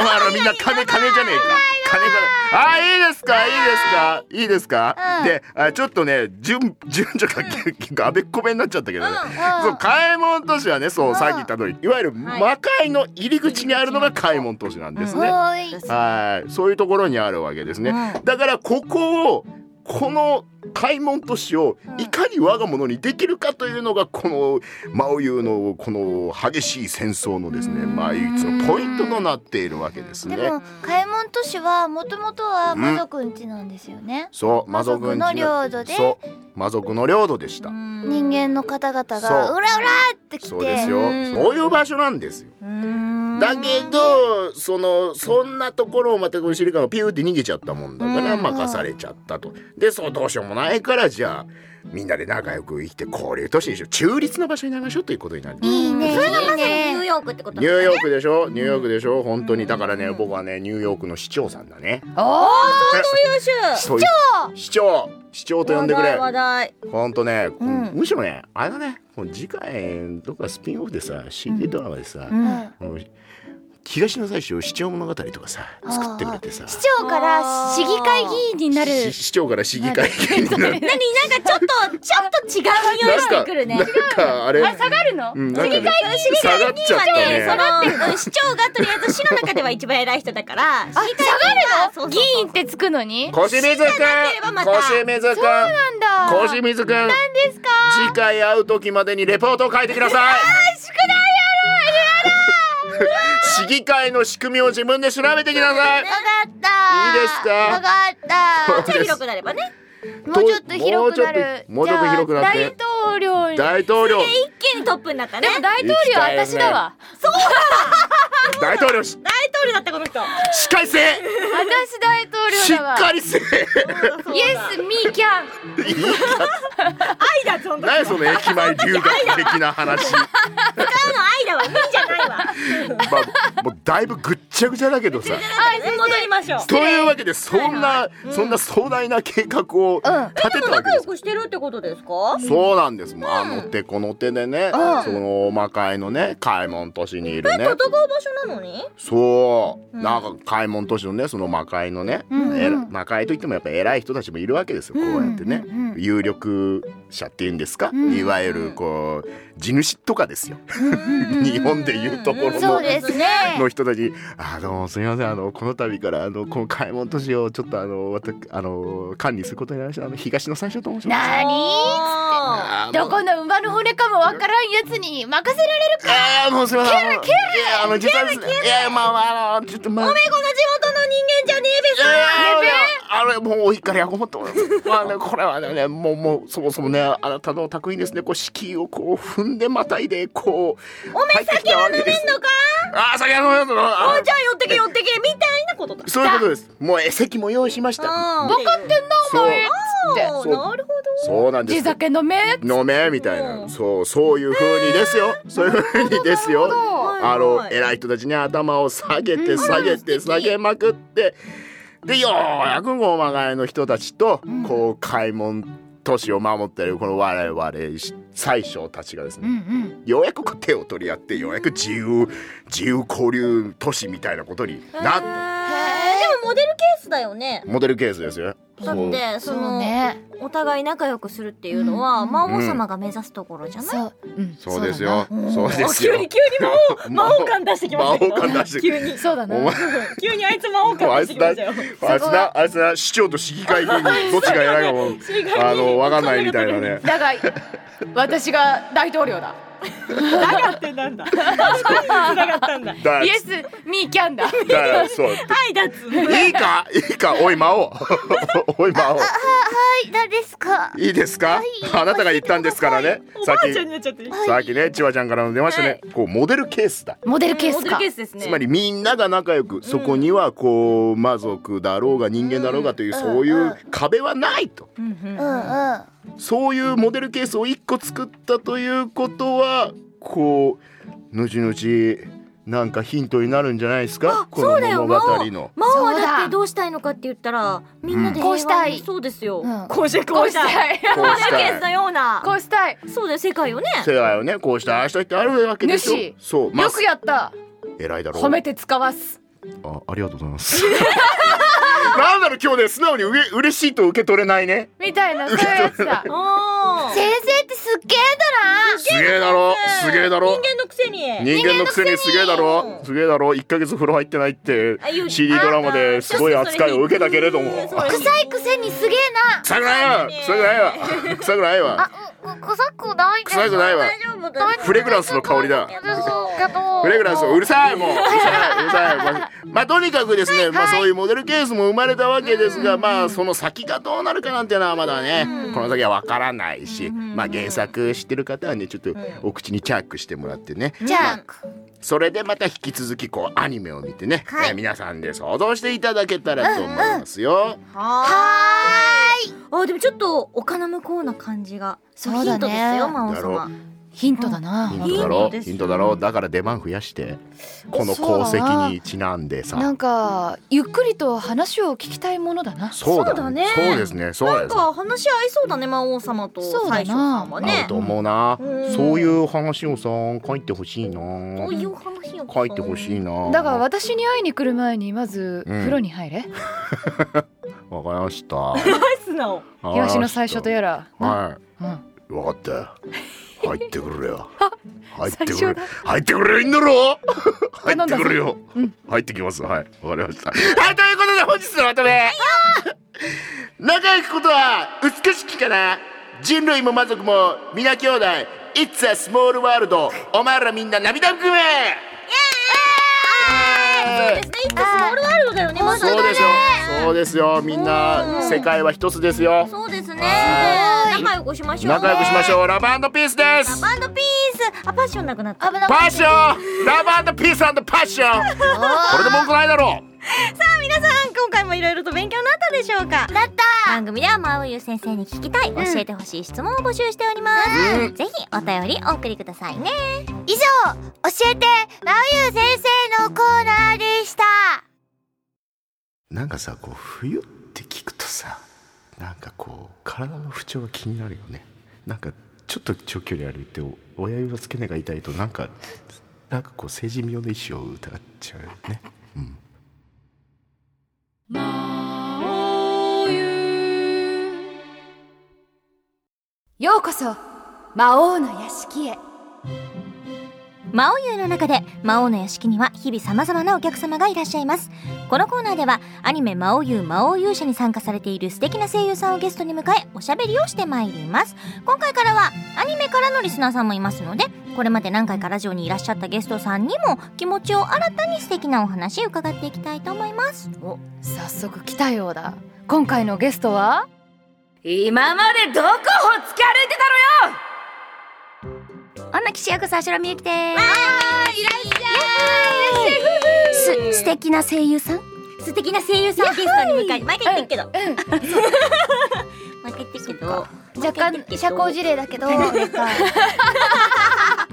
Speaker 6: お前らみんな金、金じゃねえか。金が。あー、いいですか、いいですか、いいですか。で、あちょっとね、順、順序が、結構あべっこべになっちゃったけどね。そう、開門都市はね、そう、さっき言った通り、いわゆる魔界の入り口にあるのが開門都市なんですね。
Speaker 2: おい
Speaker 6: はい、そういうところにあるわけですね。
Speaker 1: うん
Speaker 6: だからここをこの開門都市をいかに我が物にできるかというのがこのマオユーのこの激しい戦争のですね、まあ唯一のポイントとなっているわけですね
Speaker 3: で。も買い物都市はもともとは魔族ん家なんですよね、
Speaker 6: そう魔族軍
Speaker 3: 魔族の領土で
Speaker 6: そう魔族の領土でした。
Speaker 3: 人間の方々が
Speaker 6: そう
Speaker 3: うらうらって来て
Speaker 6: そうですよ。そういう場所なんですよ。だけどそのそんなところをまたこのシリカンがピューって逃げちゃったもんだから任されちゃったと。でそうどうしようもないからじゃあみんなで仲良く生きて交流都市にしよう中立の場所に流しようということになります。
Speaker 3: いいねいい
Speaker 1: それがまさにニ
Speaker 3: ね
Speaker 1: ューヨークってこと
Speaker 6: ニューヨークでしょニューヨークでしょ本当にだからね僕はねニューヨークの市長さんだね。
Speaker 1: ああ相当優秀
Speaker 6: 市長市長市長と呼んでくれ。
Speaker 1: 話題
Speaker 6: ほんとね、むしろねあれだねもう次回どっかスピンオフでさ CD ドラマでさ、
Speaker 1: 話題
Speaker 6: もう東の大将市長物語とかさ作ってくれてさ
Speaker 1: 市長から市議会議員になる
Speaker 6: し市長から市議会議員になる
Speaker 1: 何なんかちょっとちょっと違う匂いしてくるね
Speaker 6: なんかなんかあれ
Speaker 2: あ下がるの、
Speaker 6: うんなんかね下がっちゃった
Speaker 1: ね
Speaker 6: ね
Speaker 1: そのうん市長がとりあえず市の中では一番偉い人だから市議会がそうそうそう
Speaker 2: 議員ってつくのに
Speaker 6: コシミズくん
Speaker 1: ければまた
Speaker 6: コシミズくん
Speaker 2: なんだ
Speaker 6: コシミズくん
Speaker 2: ですか
Speaker 6: 次回会う時までにレポートを書いてください
Speaker 2: 宿題
Speaker 6: 市議会の仕組みを自分で調べてください
Speaker 1: わかった
Speaker 6: いいですか
Speaker 1: わかっ
Speaker 6: そう
Speaker 1: た
Speaker 6: です
Speaker 1: 広くなればね
Speaker 2: もうちょっと広くなる
Speaker 6: もうちょっともうちょっと広くなって
Speaker 2: じゃあ大統領に
Speaker 6: 大統領
Speaker 1: 一気にトップになったね
Speaker 2: でも大統領は私だわ
Speaker 6: 大統領し
Speaker 1: 大統領だったこの人
Speaker 6: しっかりせえ
Speaker 2: 私大統
Speaker 6: しっ
Speaker 2: 領だわ
Speaker 6: かりせえ
Speaker 2: イエスミーキャン
Speaker 1: 愛だそんな
Speaker 6: 何その駅前留学的な 話
Speaker 1: 愛だわいいじゃないわ
Speaker 6: まあ、もうだいぶぐっちゃぐちゃだけどさ。
Speaker 1: 戻りましょう
Speaker 6: というわけでそんな、そんな壮大な計画を立てたわけ
Speaker 1: 仲
Speaker 6: で
Speaker 1: 良
Speaker 6: す。
Speaker 1: くしてるってことですか
Speaker 6: そうなんです。もうあの手この手でね、その魔界のね、開門都市にいるね
Speaker 1: 戦。う場所なのに
Speaker 6: そう、なんか開門都市のね、その魔界のね、えら魔界といってもやっぱ偉い人たちもいるわけですよ。こうやってね、有力者っていうんですか、いわゆるこう地主とかですよ。日本でいうところの。
Speaker 2: そうですね
Speaker 6: の人たちに「あのすみませんあのこの度からあのこの買い物都市をちょっとあのわたあの管理することになりましたあの東の最初と申します」
Speaker 2: なに
Speaker 1: あ
Speaker 6: あーも
Speaker 2: ど
Speaker 6: う
Speaker 2: この馬の骨かもわからんやつに任せられるか
Speaker 6: あーもうすみませんあのいやあの実はですねいやまあまああのちょっとまあ
Speaker 1: ーこの地元の人間じゃねえべ
Speaker 6: いやいやあれもうお怒りはごもっともですまあねこれはねもうもうそもそもねあなたの宅にですねこう敷居をこう踏んでまたいでこうおめ酒は飲めんのかあー酒は飲めんのかあー
Speaker 1: じゃあ寄ってけ寄ってけみたいなことだ
Speaker 6: そういうことですもうえ席も用意しました
Speaker 1: 分かってん
Speaker 6: そう
Speaker 1: の
Speaker 6: そう
Speaker 1: なるほど
Speaker 6: そうなんです
Speaker 2: 地酒飲め
Speaker 6: 飲めみたいなそうそういう風にですよそういう風にですよあの偉い人たちに頭を下げて下げて下げまくってでようやくゴマガエの人たちとこう開門都市を守ってるこの我々宰相たちがですねようやくこう手を取り合ってようやく自由自由交流都市みたいなことになっ
Speaker 1: でもモデルケースだよね
Speaker 6: てモデルケースですよ。
Speaker 1: だ
Speaker 6: そう
Speaker 1: ってそ
Speaker 2: そう
Speaker 1: の
Speaker 2: ね
Speaker 1: お互い仲良くするっていうのは魔王様が目指すところじゃない
Speaker 2: そう、うん、
Speaker 6: そうです
Speaker 2: だな
Speaker 6: よ。そうですよ。
Speaker 1: 急に 魔王魔王感出してきましたけど
Speaker 6: 魔王感出して
Speaker 1: 急に
Speaker 2: そうだな
Speaker 6: お前
Speaker 1: 急にあいつ魔王
Speaker 6: もう
Speaker 1: 感
Speaker 6: あ
Speaker 1: 出
Speaker 6: い
Speaker 1: して
Speaker 6: つ
Speaker 1: きま
Speaker 6: だ、あ
Speaker 1: し
Speaker 6: いつ
Speaker 1: たよ
Speaker 6: な、あいつな、市長と市議会議員 どっちが偉いかも、あの、わかんないみたいなね。
Speaker 2: だが私が大統領だ
Speaker 1: だがってなんだつながったんだ
Speaker 6: だから
Speaker 2: イエスミーキャ ンだ
Speaker 6: だから、そう。
Speaker 1: はいだっつうの
Speaker 6: いいか、いいか、おい、魔王。 おい、魔王。
Speaker 1: いだですか
Speaker 6: いいですか。あなたが言ったんですからね。さっき、
Speaker 1: なっちゃってる
Speaker 6: さっきね、千葉ちゃんからも出ましたね。こう、モデルケースだ。
Speaker 2: モデルケー
Speaker 1: モ
Speaker 2: ス
Speaker 1: デル
Speaker 2: か
Speaker 1: ケースですね
Speaker 6: つまりみんなが仲良くそこにはこう魔族だろうが人間だろうがというそういう壁はないとそういうモデルケースを一個作ったということはこう後々なんかヒントになるんじゃないですかこ
Speaker 1: そうだ
Speaker 6: の
Speaker 1: よ
Speaker 6: 物語の。
Speaker 1: 魔王は
Speaker 2: そうだ
Speaker 1: だってどうしたいのかって言ったらみんなで
Speaker 2: うんこうしたい
Speaker 1: 平和にそうですよ
Speaker 2: うん
Speaker 1: こうしてこ
Speaker 2: こ
Speaker 1: う
Speaker 2: う
Speaker 1: し
Speaker 2: した
Speaker 1: い
Speaker 2: たい
Speaker 6: こう
Speaker 1: モデ
Speaker 6: し
Speaker 1: ルケース
Speaker 6: た
Speaker 1: の
Speaker 6: い
Speaker 1: ような
Speaker 2: こうしたい
Speaker 1: そうだよ世界をね
Speaker 6: 世界をねこうしたああしたいってあるわけでしょ
Speaker 2: 主
Speaker 6: そうまあ
Speaker 2: よくやった
Speaker 6: 偉いだろう
Speaker 2: 褒めて使わす
Speaker 6: あありがとうございますなんだろう今日ね素直にうれ嬉しいと受け取れないね
Speaker 2: みたいなそういうやつ だ
Speaker 1: おー
Speaker 2: 先生ってすっげえだな
Speaker 6: すげえだろすげえだろ
Speaker 1: 人間のくせに
Speaker 6: 人間のくせにすげえだろすげえだろ1ヶ月風呂入ってないって
Speaker 1: あ言う
Speaker 6: CD ドラマですごい扱いを受けたけれども
Speaker 1: あーそうです
Speaker 2: 臭いくせにすげえな
Speaker 6: 臭くないわ臭くないわ臭くないわ
Speaker 2: 臭くない
Speaker 6: 臭くないわ
Speaker 1: 大丈夫だよ
Speaker 6: フレグランスの香りだ
Speaker 2: けど
Speaker 6: フレグランスうるさいもううるさいうるさいまあまあとにかくですねまあそういうモデルケースも生まれたわけですがまあその先がどうなるかなんてのはまだねこの先はわからないしまあ原作知ってる方はねちょっとお口にチャックしてもらってね
Speaker 2: じゃあ
Speaker 6: それでまた引き続きこうアニメを見てね、えー皆さんで想像していただけたらと思いますよ。
Speaker 1: はーいあーでもちょっとお金向こうな感じがそう
Speaker 2: そう
Speaker 1: ヒ
Speaker 2: だ
Speaker 1: ント
Speaker 2: ね
Speaker 1: ですよ魔王
Speaker 6: だろ
Speaker 1: 様
Speaker 2: ヒントだな、
Speaker 6: ヒントだろ
Speaker 1: いいのです
Speaker 6: ヒントだろだから出番増やしてこの功績にちなんでさ
Speaker 2: なんかゆっくりと話を聞きたいものだな
Speaker 6: そう
Speaker 1: そうだ
Speaker 6: だ
Speaker 1: ね
Speaker 6: ねそうですねそう
Speaker 1: な
Speaker 6: で
Speaker 1: ん
Speaker 6: す
Speaker 1: か話し合いそうだね魔王様と
Speaker 2: そうだな
Speaker 1: 最初さんは
Speaker 6: 合
Speaker 1: ね
Speaker 6: うと思うな
Speaker 1: うん
Speaker 6: そういう話をさ書いてほしいな
Speaker 1: どういう話を
Speaker 6: 書いてほしいな
Speaker 2: だから私に会いに来る前にまず
Speaker 6: うん
Speaker 2: 風呂に入れ、
Speaker 6: わかりました。わか
Speaker 1: 素直
Speaker 6: りました
Speaker 2: 東の最初とやら、
Speaker 6: は
Speaker 2: うん、
Speaker 6: い。わかったよ。入ってくれ よ。入ってく
Speaker 2: 最初
Speaker 6: れ
Speaker 2: だ。
Speaker 6: 入ってくれいいんだろ。入
Speaker 2: 頼
Speaker 6: っ
Speaker 2: ん
Speaker 6: て
Speaker 2: だぞ
Speaker 6: くれよ。入ってきます。はい。わかりました。 はい、ということで本日のまとめ。 仲良くことは美しきかな。人類も魔族も皆兄弟。It's a small world。お前らみんな涙ぐめ。イエー
Speaker 1: で
Speaker 6: イ
Speaker 1: すねいつもあるあるだよねまさ
Speaker 6: そ
Speaker 1: に
Speaker 6: うですよ。そうですよ。みんな世界は一つですよ。
Speaker 1: そうですね
Speaker 6: は
Speaker 1: 仲良くしましょうね
Speaker 6: 仲良くしましょう。ラブピースです。
Speaker 1: バンドピースあパッションなくなった
Speaker 2: 危な
Speaker 6: パッション、ラブピースパッション。これで文句ないだろう。
Speaker 1: 皆さん今回もいろいろと勉強になったでしょうかなった番組ではまうゆ先生に聞きたい、教えてほしい質問を募集しております、ぜひお便りお送りくださいね
Speaker 3: 以上教えてまゆう先生のコーナーでした
Speaker 6: なんかさ、こう冬って聞くとさ、なんかこう体の不調が気になるよね。なんかちょっと長距離歩いてお親指を付け根が痛いとなんかなんかこう成人病の意思を疑っちゃうよね。うん。
Speaker 3: ようこそ魔王の屋敷へ
Speaker 1: 魔王湯の中で魔王の屋敷には日々様々なお客様がいらっしゃいますこのコーナーではアニメ魔王湯魔王勇者に参加されている素敵な声優さんをゲストに迎えおしゃべりをしてまいります今回からはアニメからのリスナーさんもいますのでこれまで何回かラジオにいらっしゃったゲストさんにも気持ちを新たに素敵なお話伺っていきたいと思います
Speaker 2: お早速来たようだ今回のゲストは
Speaker 3: 今までどこほつき歩いてたのよ
Speaker 1: 女岸役沢城みゆきで
Speaker 3: す素敵な声優さん
Speaker 1: す素敵な声優さんをゲストに迎え毎回言ってるけど、 毎回言ってるけど
Speaker 2: 若干社交辞令だ けど
Speaker 1: さてさ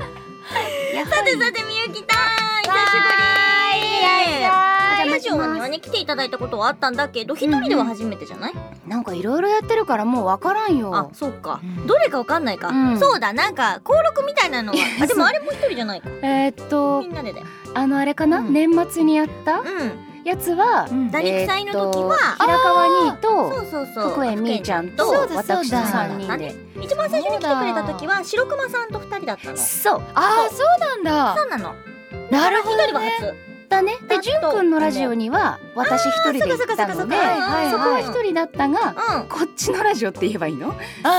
Speaker 1: てみゆきたん久しぶりラジオにはね来ていただいたことはあったんだけど一人では初めてじゃない、
Speaker 2: なんかいろいろやってるからもうわから
Speaker 1: あ
Speaker 2: んよ
Speaker 1: そうか、
Speaker 2: うん
Speaker 1: どれかわかんないか、
Speaker 2: うん
Speaker 1: そうだなんか登録みたいな のはあでもあれも一人じゃないか
Speaker 7: えーっと
Speaker 1: みんなでだよ
Speaker 7: あのあれかな、
Speaker 1: うん
Speaker 7: 年末にやった
Speaker 1: うん
Speaker 7: やつは、
Speaker 1: 打肉祭の時は、
Speaker 7: えーっと平川兄
Speaker 1: そ
Speaker 7: と
Speaker 1: うそうそう
Speaker 7: 福江みーちゃんと
Speaker 1: そうだ
Speaker 7: 私の
Speaker 1: そうだ
Speaker 7: 3人で
Speaker 1: 一番最初に来てくれた時は白熊さんと二人だったのそ
Speaker 7: そう
Speaker 2: あーそうなんだ
Speaker 1: うなの
Speaker 7: なるほ
Speaker 1: 一
Speaker 7: ど
Speaker 1: 人は初
Speaker 7: だね
Speaker 1: だ
Speaker 7: で
Speaker 1: と
Speaker 7: じゅんくんのラジオには私一人で行った
Speaker 1: そっかそっかそっ
Speaker 7: ので
Speaker 1: か
Speaker 7: はい
Speaker 2: はい
Speaker 7: そこ
Speaker 2: は
Speaker 7: はい一人だったが
Speaker 1: うん
Speaker 7: こっちのラジオって言えばいいの
Speaker 1: そ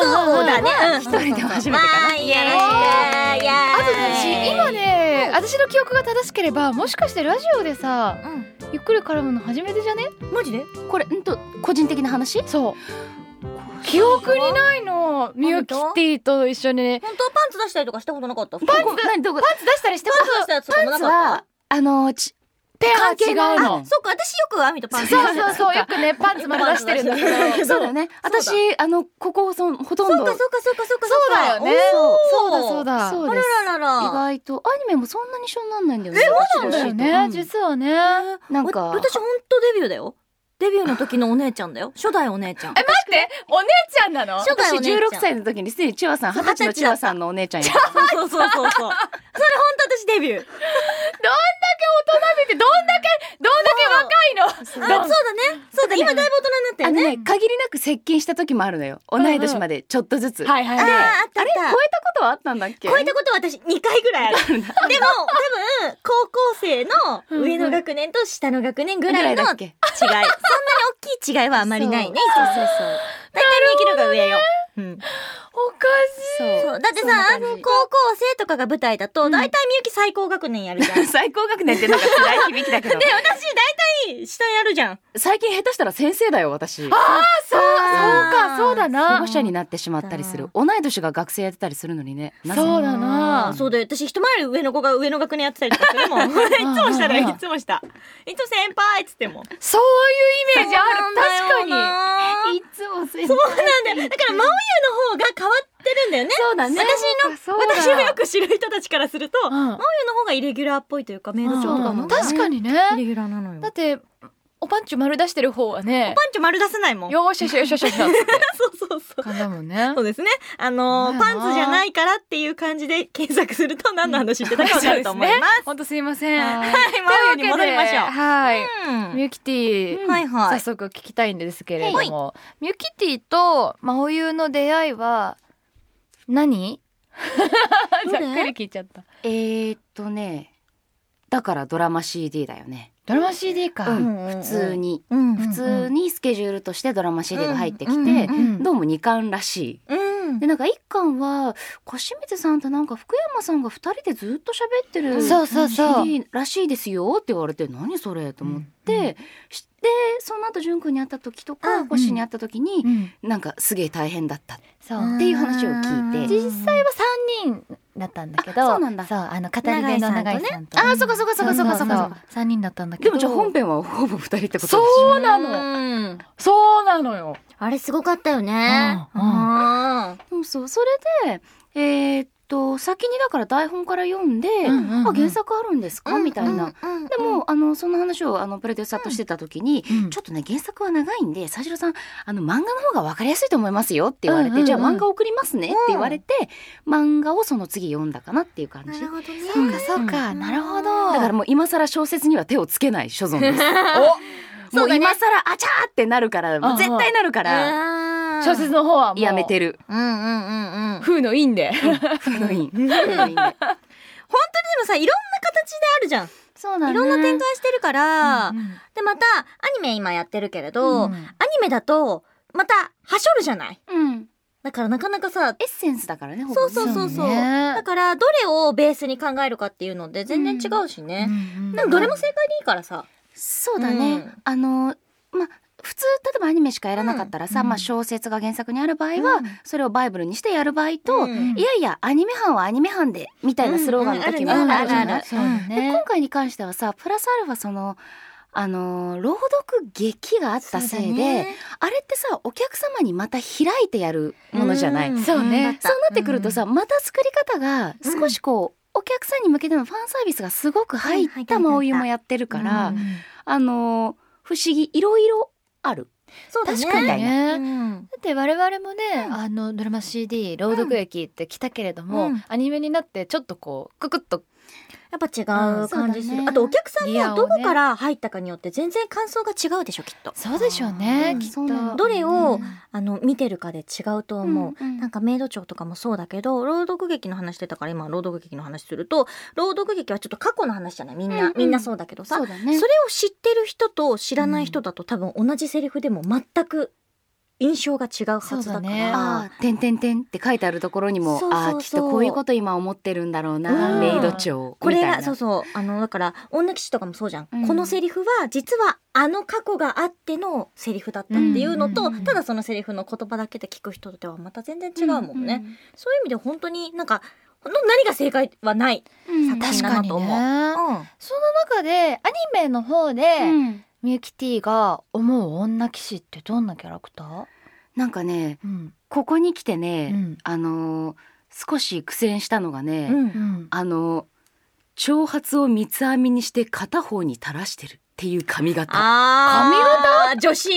Speaker 1: うだねうん
Speaker 7: 一人で初めてかな
Speaker 1: わーいよろしくイエ
Speaker 2: あと
Speaker 1: ー
Speaker 2: 私
Speaker 1: イ
Speaker 2: 今ね、私の記憶が正しければもしかしてラジオでさ、
Speaker 1: うん
Speaker 2: ゆっくり絡むの初めてじゃね
Speaker 1: マジで
Speaker 7: これんと個人的な話
Speaker 2: そう記憶にないのみゆきティと一緒にね
Speaker 1: 本当はパンツ出したりとかしたことなかったパンツ
Speaker 7: ここ何どこ
Speaker 2: パンツ出したりして
Speaker 1: パンツ出したやつとかも
Speaker 7: パ
Speaker 1: な
Speaker 7: ンツ
Speaker 1: かった
Speaker 7: はあのち
Speaker 2: ペアが違うの
Speaker 1: そっか私よくアミとパンツ
Speaker 2: そうそう
Speaker 1: う
Speaker 2: そうよくねパンツまで出してるんだけど
Speaker 7: そうだね私あのここそんほとん
Speaker 1: そう
Speaker 7: ど
Speaker 1: かそうかそうかそうか
Speaker 2: そうだよね
Speaker 1: おー
Speaker 2: そうだそうだ
Speaker 7: そう
Speaker 1: あ
Speaker 7: です
Speaker 1: らららら
Speaker 7: 意外とアニメもそんなに一緒になんないんだよね。
Speaker 2: そうなんだよね、
Speaker 7: うん
Speaker 2: 実はね
Speaker 7: なん
Speaker 1: わ
Speaker 7: か
Speaker 1: 私本当デビューだよデビューの時のお姉ちゃんだよ初代お姉ちゃん
Speaker 2: え待ってお姉 ちゃんなの
Speaker 1: 初代
Speaker 7: 私
Speaker 1: お姉ちゃん
Speaker 7: 16歳の時にすでに千葉さん二十歳の千葉さんのお姉ちゃんや。
Speaker 1: そうそうそうそうそれ本当私デビュー
Speaker 2: 大人びてどんだけどんだけ若いの
Speaker 1: あそうだねそうだ今だいぶ大人
Speaker 7: あの
Speaker 1: になったよね
Speaker 7: ね限りなく接近した時もあるのよ。同い年までちょっとずつ。
Speaker 2: はいはい
Speaker 1: あー
Speaker 2: はい
Speaker 1: あったあ
Speaker 7: あ
Speaker 1: っ
Speaker 7: れ
Speaker 1: た
Speaker 7: 超えたことはあったんだっけ？
Speaker 1: 超えたことは私2回ぐらいある。でも多分高校生の上の学年と下の学年ぐらいの違い。そんなに
Speaker 7: け？
Speaker 1: 大きい違いはあまりないね。
Speaker 7: そうそう
Speaker 1: 大体みゆきのが上よ。うん、
Speaker 2: おかしい
Speaker 7: そうそう。
Speaker 1: だってさ
Speaker 7: そんな
Speaker 1: 高
Speaker 7: 感
Speaker 1: 校
Speaker 7: じ
Speaker 1: 生とかが舞台だと大体みゆき最高学年や るじゃん。で
Speaker 7: 最高学年ってなんか辛い響きだけど。
Speaker 1: 私大体下やるじゃん。
Speaker 7: 最近下手したら先生だよ
Speaker 2: そ
Speaker 7: 私。
Speaker 2: うそうかそうだ
Speaker 7: 保
Speaker 2: な
Speaker 7: 護者になってしまったりする。同い年が学生やってたりするのにね。なぜ
Speaker 2: そうだ
Speaker 1: あ
Speaker 2: な
Speaker 1: そうだよ私一回り上の子が上の学年やってたりとかするもん。いつもしたらいつもした。いつも先輩っつっても。
Speaker 2: そういうイメージある確かに
Speaker 1: に。
Speaker 7: いつも先
Speaker 1: そうなんだよ。だから、真央優の方が変わってるんだよね。
Speaker 2: そうだね
Speaker 1: 私
Speaker 2: そ
Speaker 1: の、
Speaker 2: うだ
Speaker 1: 私をよく知る人たちからすると、
Speaker 2: うん
Speaker 1: マオユの方がイレギュラーっぽいというか、メイド長とか
Speaker 2: う
Speaker 1: も。
Speaker 2: ん確かにね
Speaker 1: イレギュラーなのよ。パ
Speaker 2: だっ
Speaker 1: ン
Speaker 2: ておパンチ丸出してる方はね
Speaker 1: チ丸出せないもん。
Speaker 2: よーしよしよしよしよしよしって
Speaker 1: そうそうそう。
Speaker 2: 感じだもんね
Speaker 1: そうですね。あのー
Speaker 2: まあ
Speaker 1: パンツじゃないからっていう感じで検索すると何の話してたかわかると思いま
Speaker 2: そうでねほんとすいませんはい
Speaker 1: す。はい、マオユに戻りましょう。
Speaker 2: はい
Speaker 1: うん
Speaker 2: ミュキティ、
Speaker 1: はいは
Speaker 2: 早
Speaker 1: い。
Speaker 2: 速聞きたいんですけれど
Speaker 1: はい
Speaker 2: も、ミュキティとマオユの出会いは何ざっくり聞いちゃった
Speaker 7: えー、っとねだからドラマ CD だよね、
Speaker 2: ドラマ CD か、
Speaker 1: ん
Speaker 7: 普通に、
Speaker 1: うん
Speaker 7: 普通にスケジュールとしてドラマ CD が入ってきて、
Speaker 1: うんうん
Speaker 2: うん
Speaker 7: どうも2巻らしい
Speaker 1: うん。
Speaker 7: でなんか1巻は樫水さんとなんか福山さんが2人でずっと喋ってる
Speaker 2: そうそうそう
Speaker 7: CD らしいですよって言われて何それと思って、
Speaker 2: うんう
Speaker 7: でその後淳君に会った時と
Speaker 1: う
Speaker 7: か
Speaker 1: ん
Speaker 7: コッシーに会った時に、
Speaker 2: うん
Speaker 7: なんかすげえ大変だった
Speaker 2: そう
Speaker 7: っていう話を聞いて
Speaker 2: 実際は三人だったんだけど
Speaker 7: あそうなんだ
Speaker 2: そうあの語り部の長井さんと
Speaker 7: あーそっかそっかそっかそっかそっかそっか
Speaker 2: 三人だったんだけ
Speaker 7: で
Speaker 2: ど
Speaker 7: もじゃあ本編はほぼ2人ってことしょ
Speaker 2: そうな
Speaker 1: う
Speaker 2: の
Speaker 1: ん。
Speaker 2: そうなのよ
Speaker 1: あれすごかったよね。
Speaker 2: うんうん
Speaker 1: あー
Speaker 7: そうそうそれでえーっと先にだから台本から読んで、
Speaker 2: うんうんうん
Speaker 7: あ原作あるんですか、みたいな。。
Speaker 1: うんうんうん
Speaker 7: でも、あのそんな話をあのプロデューサーとしてた時に、
Speaker 2: うん
Speaker 7: ちょっとね原作は長いんで佐治郎さんあの漫画の方が分かりやすいと思いますよって言われて、
Speaker 2: うんうんうん
Speaker 7: じゃあ漫画送りますねって言われて、漫画をその次読んだかなっていう感じ
Speaker 1: なるほどね。
Speaker 2: そうかそうか、なるほど
Speaker 7: だからもう今更小説には手をつけない所存です も
Speaker 1: そう
Speaker 7: う
Speaker 1: だね
Speaker 7: 今更あちゃーってなるから
Speaker 2: んうん
Speaker 7: 絶対なるから
Speaker 1: あー
Speaker 2: 小説の方はもう
Speaker 7: やめてる
Speaker 1: うんうんうんうん。
Speaker 2: 風の院で
Speaker 7: 封の印封の 印で
Speaker 1: でもさいろんな形であるじゃん、
Speaker 7: そうなん
Speaker 1: いろんな展開してるから、
Speaker 2: うん
Speaker 1: でまたアニメ今やってるけれど、
Speaker 2: うん
Speaker 1: アニメだとまたはしょるじゃない
Speaker 7: うん
Speaker 1: だからなかなかさ
Speaker 7: エッセンスだからねほぼ
Speaker 1: そうそうそうそう、
Speaker 2: ね
Speaker 1: だからどれをベースに考えるかっていうので全然違うし
Speaker 2: う
Speaker 1: ね、
Speaker 2: ん
Speaker 1: でもどれも正解でいいからさ、
Speaker 7: そうだね、
Speaker 1: うん
Speaker 7: あのまあ普通例えばアニメしかやらなかったらさ、
Speaker 2: うん
Speaker 7: まあ、小説が原作にある場合は、それをバイブルにしてやる場合と、
Speaker 1: うん
Speaker 7: いやいやアニメ班はアニメ班でみたいなスローガンの時も
Speaker 1: うんうん
Speaker 7: あるじゃ
Speaker 1: あるある
Speaker 7: な
Speaker 1: あ
Speaker 7: い
Speaker 1: る
Speaker 2: そうだ
Speaker 7: で
Speaker 2: ね
Speaker 7: 今回に関してはさプラスアルファそのあのー朗読劇があったせいで、あれってさお客様にまた開いてやるものじゃない。
Speaker 1: ん
Speaker 2: そうね
Speaker 1: んだった
Speaker 7: そうなってくるとさ、また作り方が少しこう、お客さんに向けてのファンサービスがすごく入
Speaker 1: はい
Speaker 7: っ
Speaker 1: 入った
Speaker 7: た真お湯もやってるから、
Speaker 1: うん
Speaker 7: あのー不思議いろいろある。
Speaker 1: そうだね
Speaker 7: 確かに
Speaker 2: だ
Speaker 7: だ
Speaker 2: ね
Speaker 1: うん
Speaker 2: だって我々もね、あのドラマ CD 朗読劇って来たけれども、
Speaker 1: うん
Speaker 2: アニメになってちょっとこうククッと
Speaker 1: やっぱ違う感じする、
Speaker 7: うん
Speaker 1: あ
Speaker 7: そうだね
Speaker 1: とお客さん
Speaker 2: ギアを
Speaker 1: もど
Speaker 2: ね
Speaker 1: こから入ったかによって全然感想が違うでしょきっと
Speaker 2: そうでしょうね、
Speaker 7: うん
Speaker 2: きっ
Speaker 7: そうなんだ
Speaker 2: と
Speaker 1: どれを
Speaker 2: うん
Speaker 1: あの見てるかで違うと思う、
Speaker 7: うん
Speaker 1: なんかメイド長とかもそうだけど朗読劇の話してたから今朗読劇の話すると朗読劇はちょっと過去の話じゃないみんな、
Speaker 7: うんうん
Speaker 1: みんなそうだけどさそ,、
Speaker 7: そうだね。
Speaker 1: れを知ってる人と知らない人だと多分同じセリフでも全く印象が違うはずだから
Speaker 2: そうだね
Speaker 7: ああ、てんてんてんって書いてあるところにも、
Speaker 1: そうそうそう
Speaker 7: ああ、きっとこういうこと今思ってるんだろう
Speaker 2: う
Speaker 7: な、
Speaker 2: ん
Speaker 7: メイド長。
Speaker 1: これ
Speaker 7: みたい
Speaker 1: が
Speaker 7: な
Speaker 1: そうそうあのだから女騎士とかもそうじゃん、
Speaker 7: うん
Speaker 1: このセリフは実はあの過去があってのセリフだったっていうのと、
Speaker 2: うんうんうん
Speaker 1: ただそのセリフの言葉だけで聞く人とはまた全然違うもんね、そういう意味で本当になんかほんと何が正解はない、
Speaker 7: うん。うん
Speaker 1: 作
Speaker 2: 確
Speaker 1: 品
Speaker 2: か
Speaker 1: だな
Speaker 2: に
Speaker 1: と思う
Speaker 2: ねその中でアニメの方で、
Speaker 7: うん
Speaker 2: みゆき T が思う女騎士ってどんなキャラクター、
Speaker 7: なんかね、
Speaker 2: うん
Speaker 7: ここに来てね、
Speaker 2: うん
Speaker 7: あのー少し苦戦したのがね、
Speaker 1: うん
Speaker 7: あのー長髪を三つ編みにして片方に垂らしてるっていう髪型。
Speaker 1: あー女子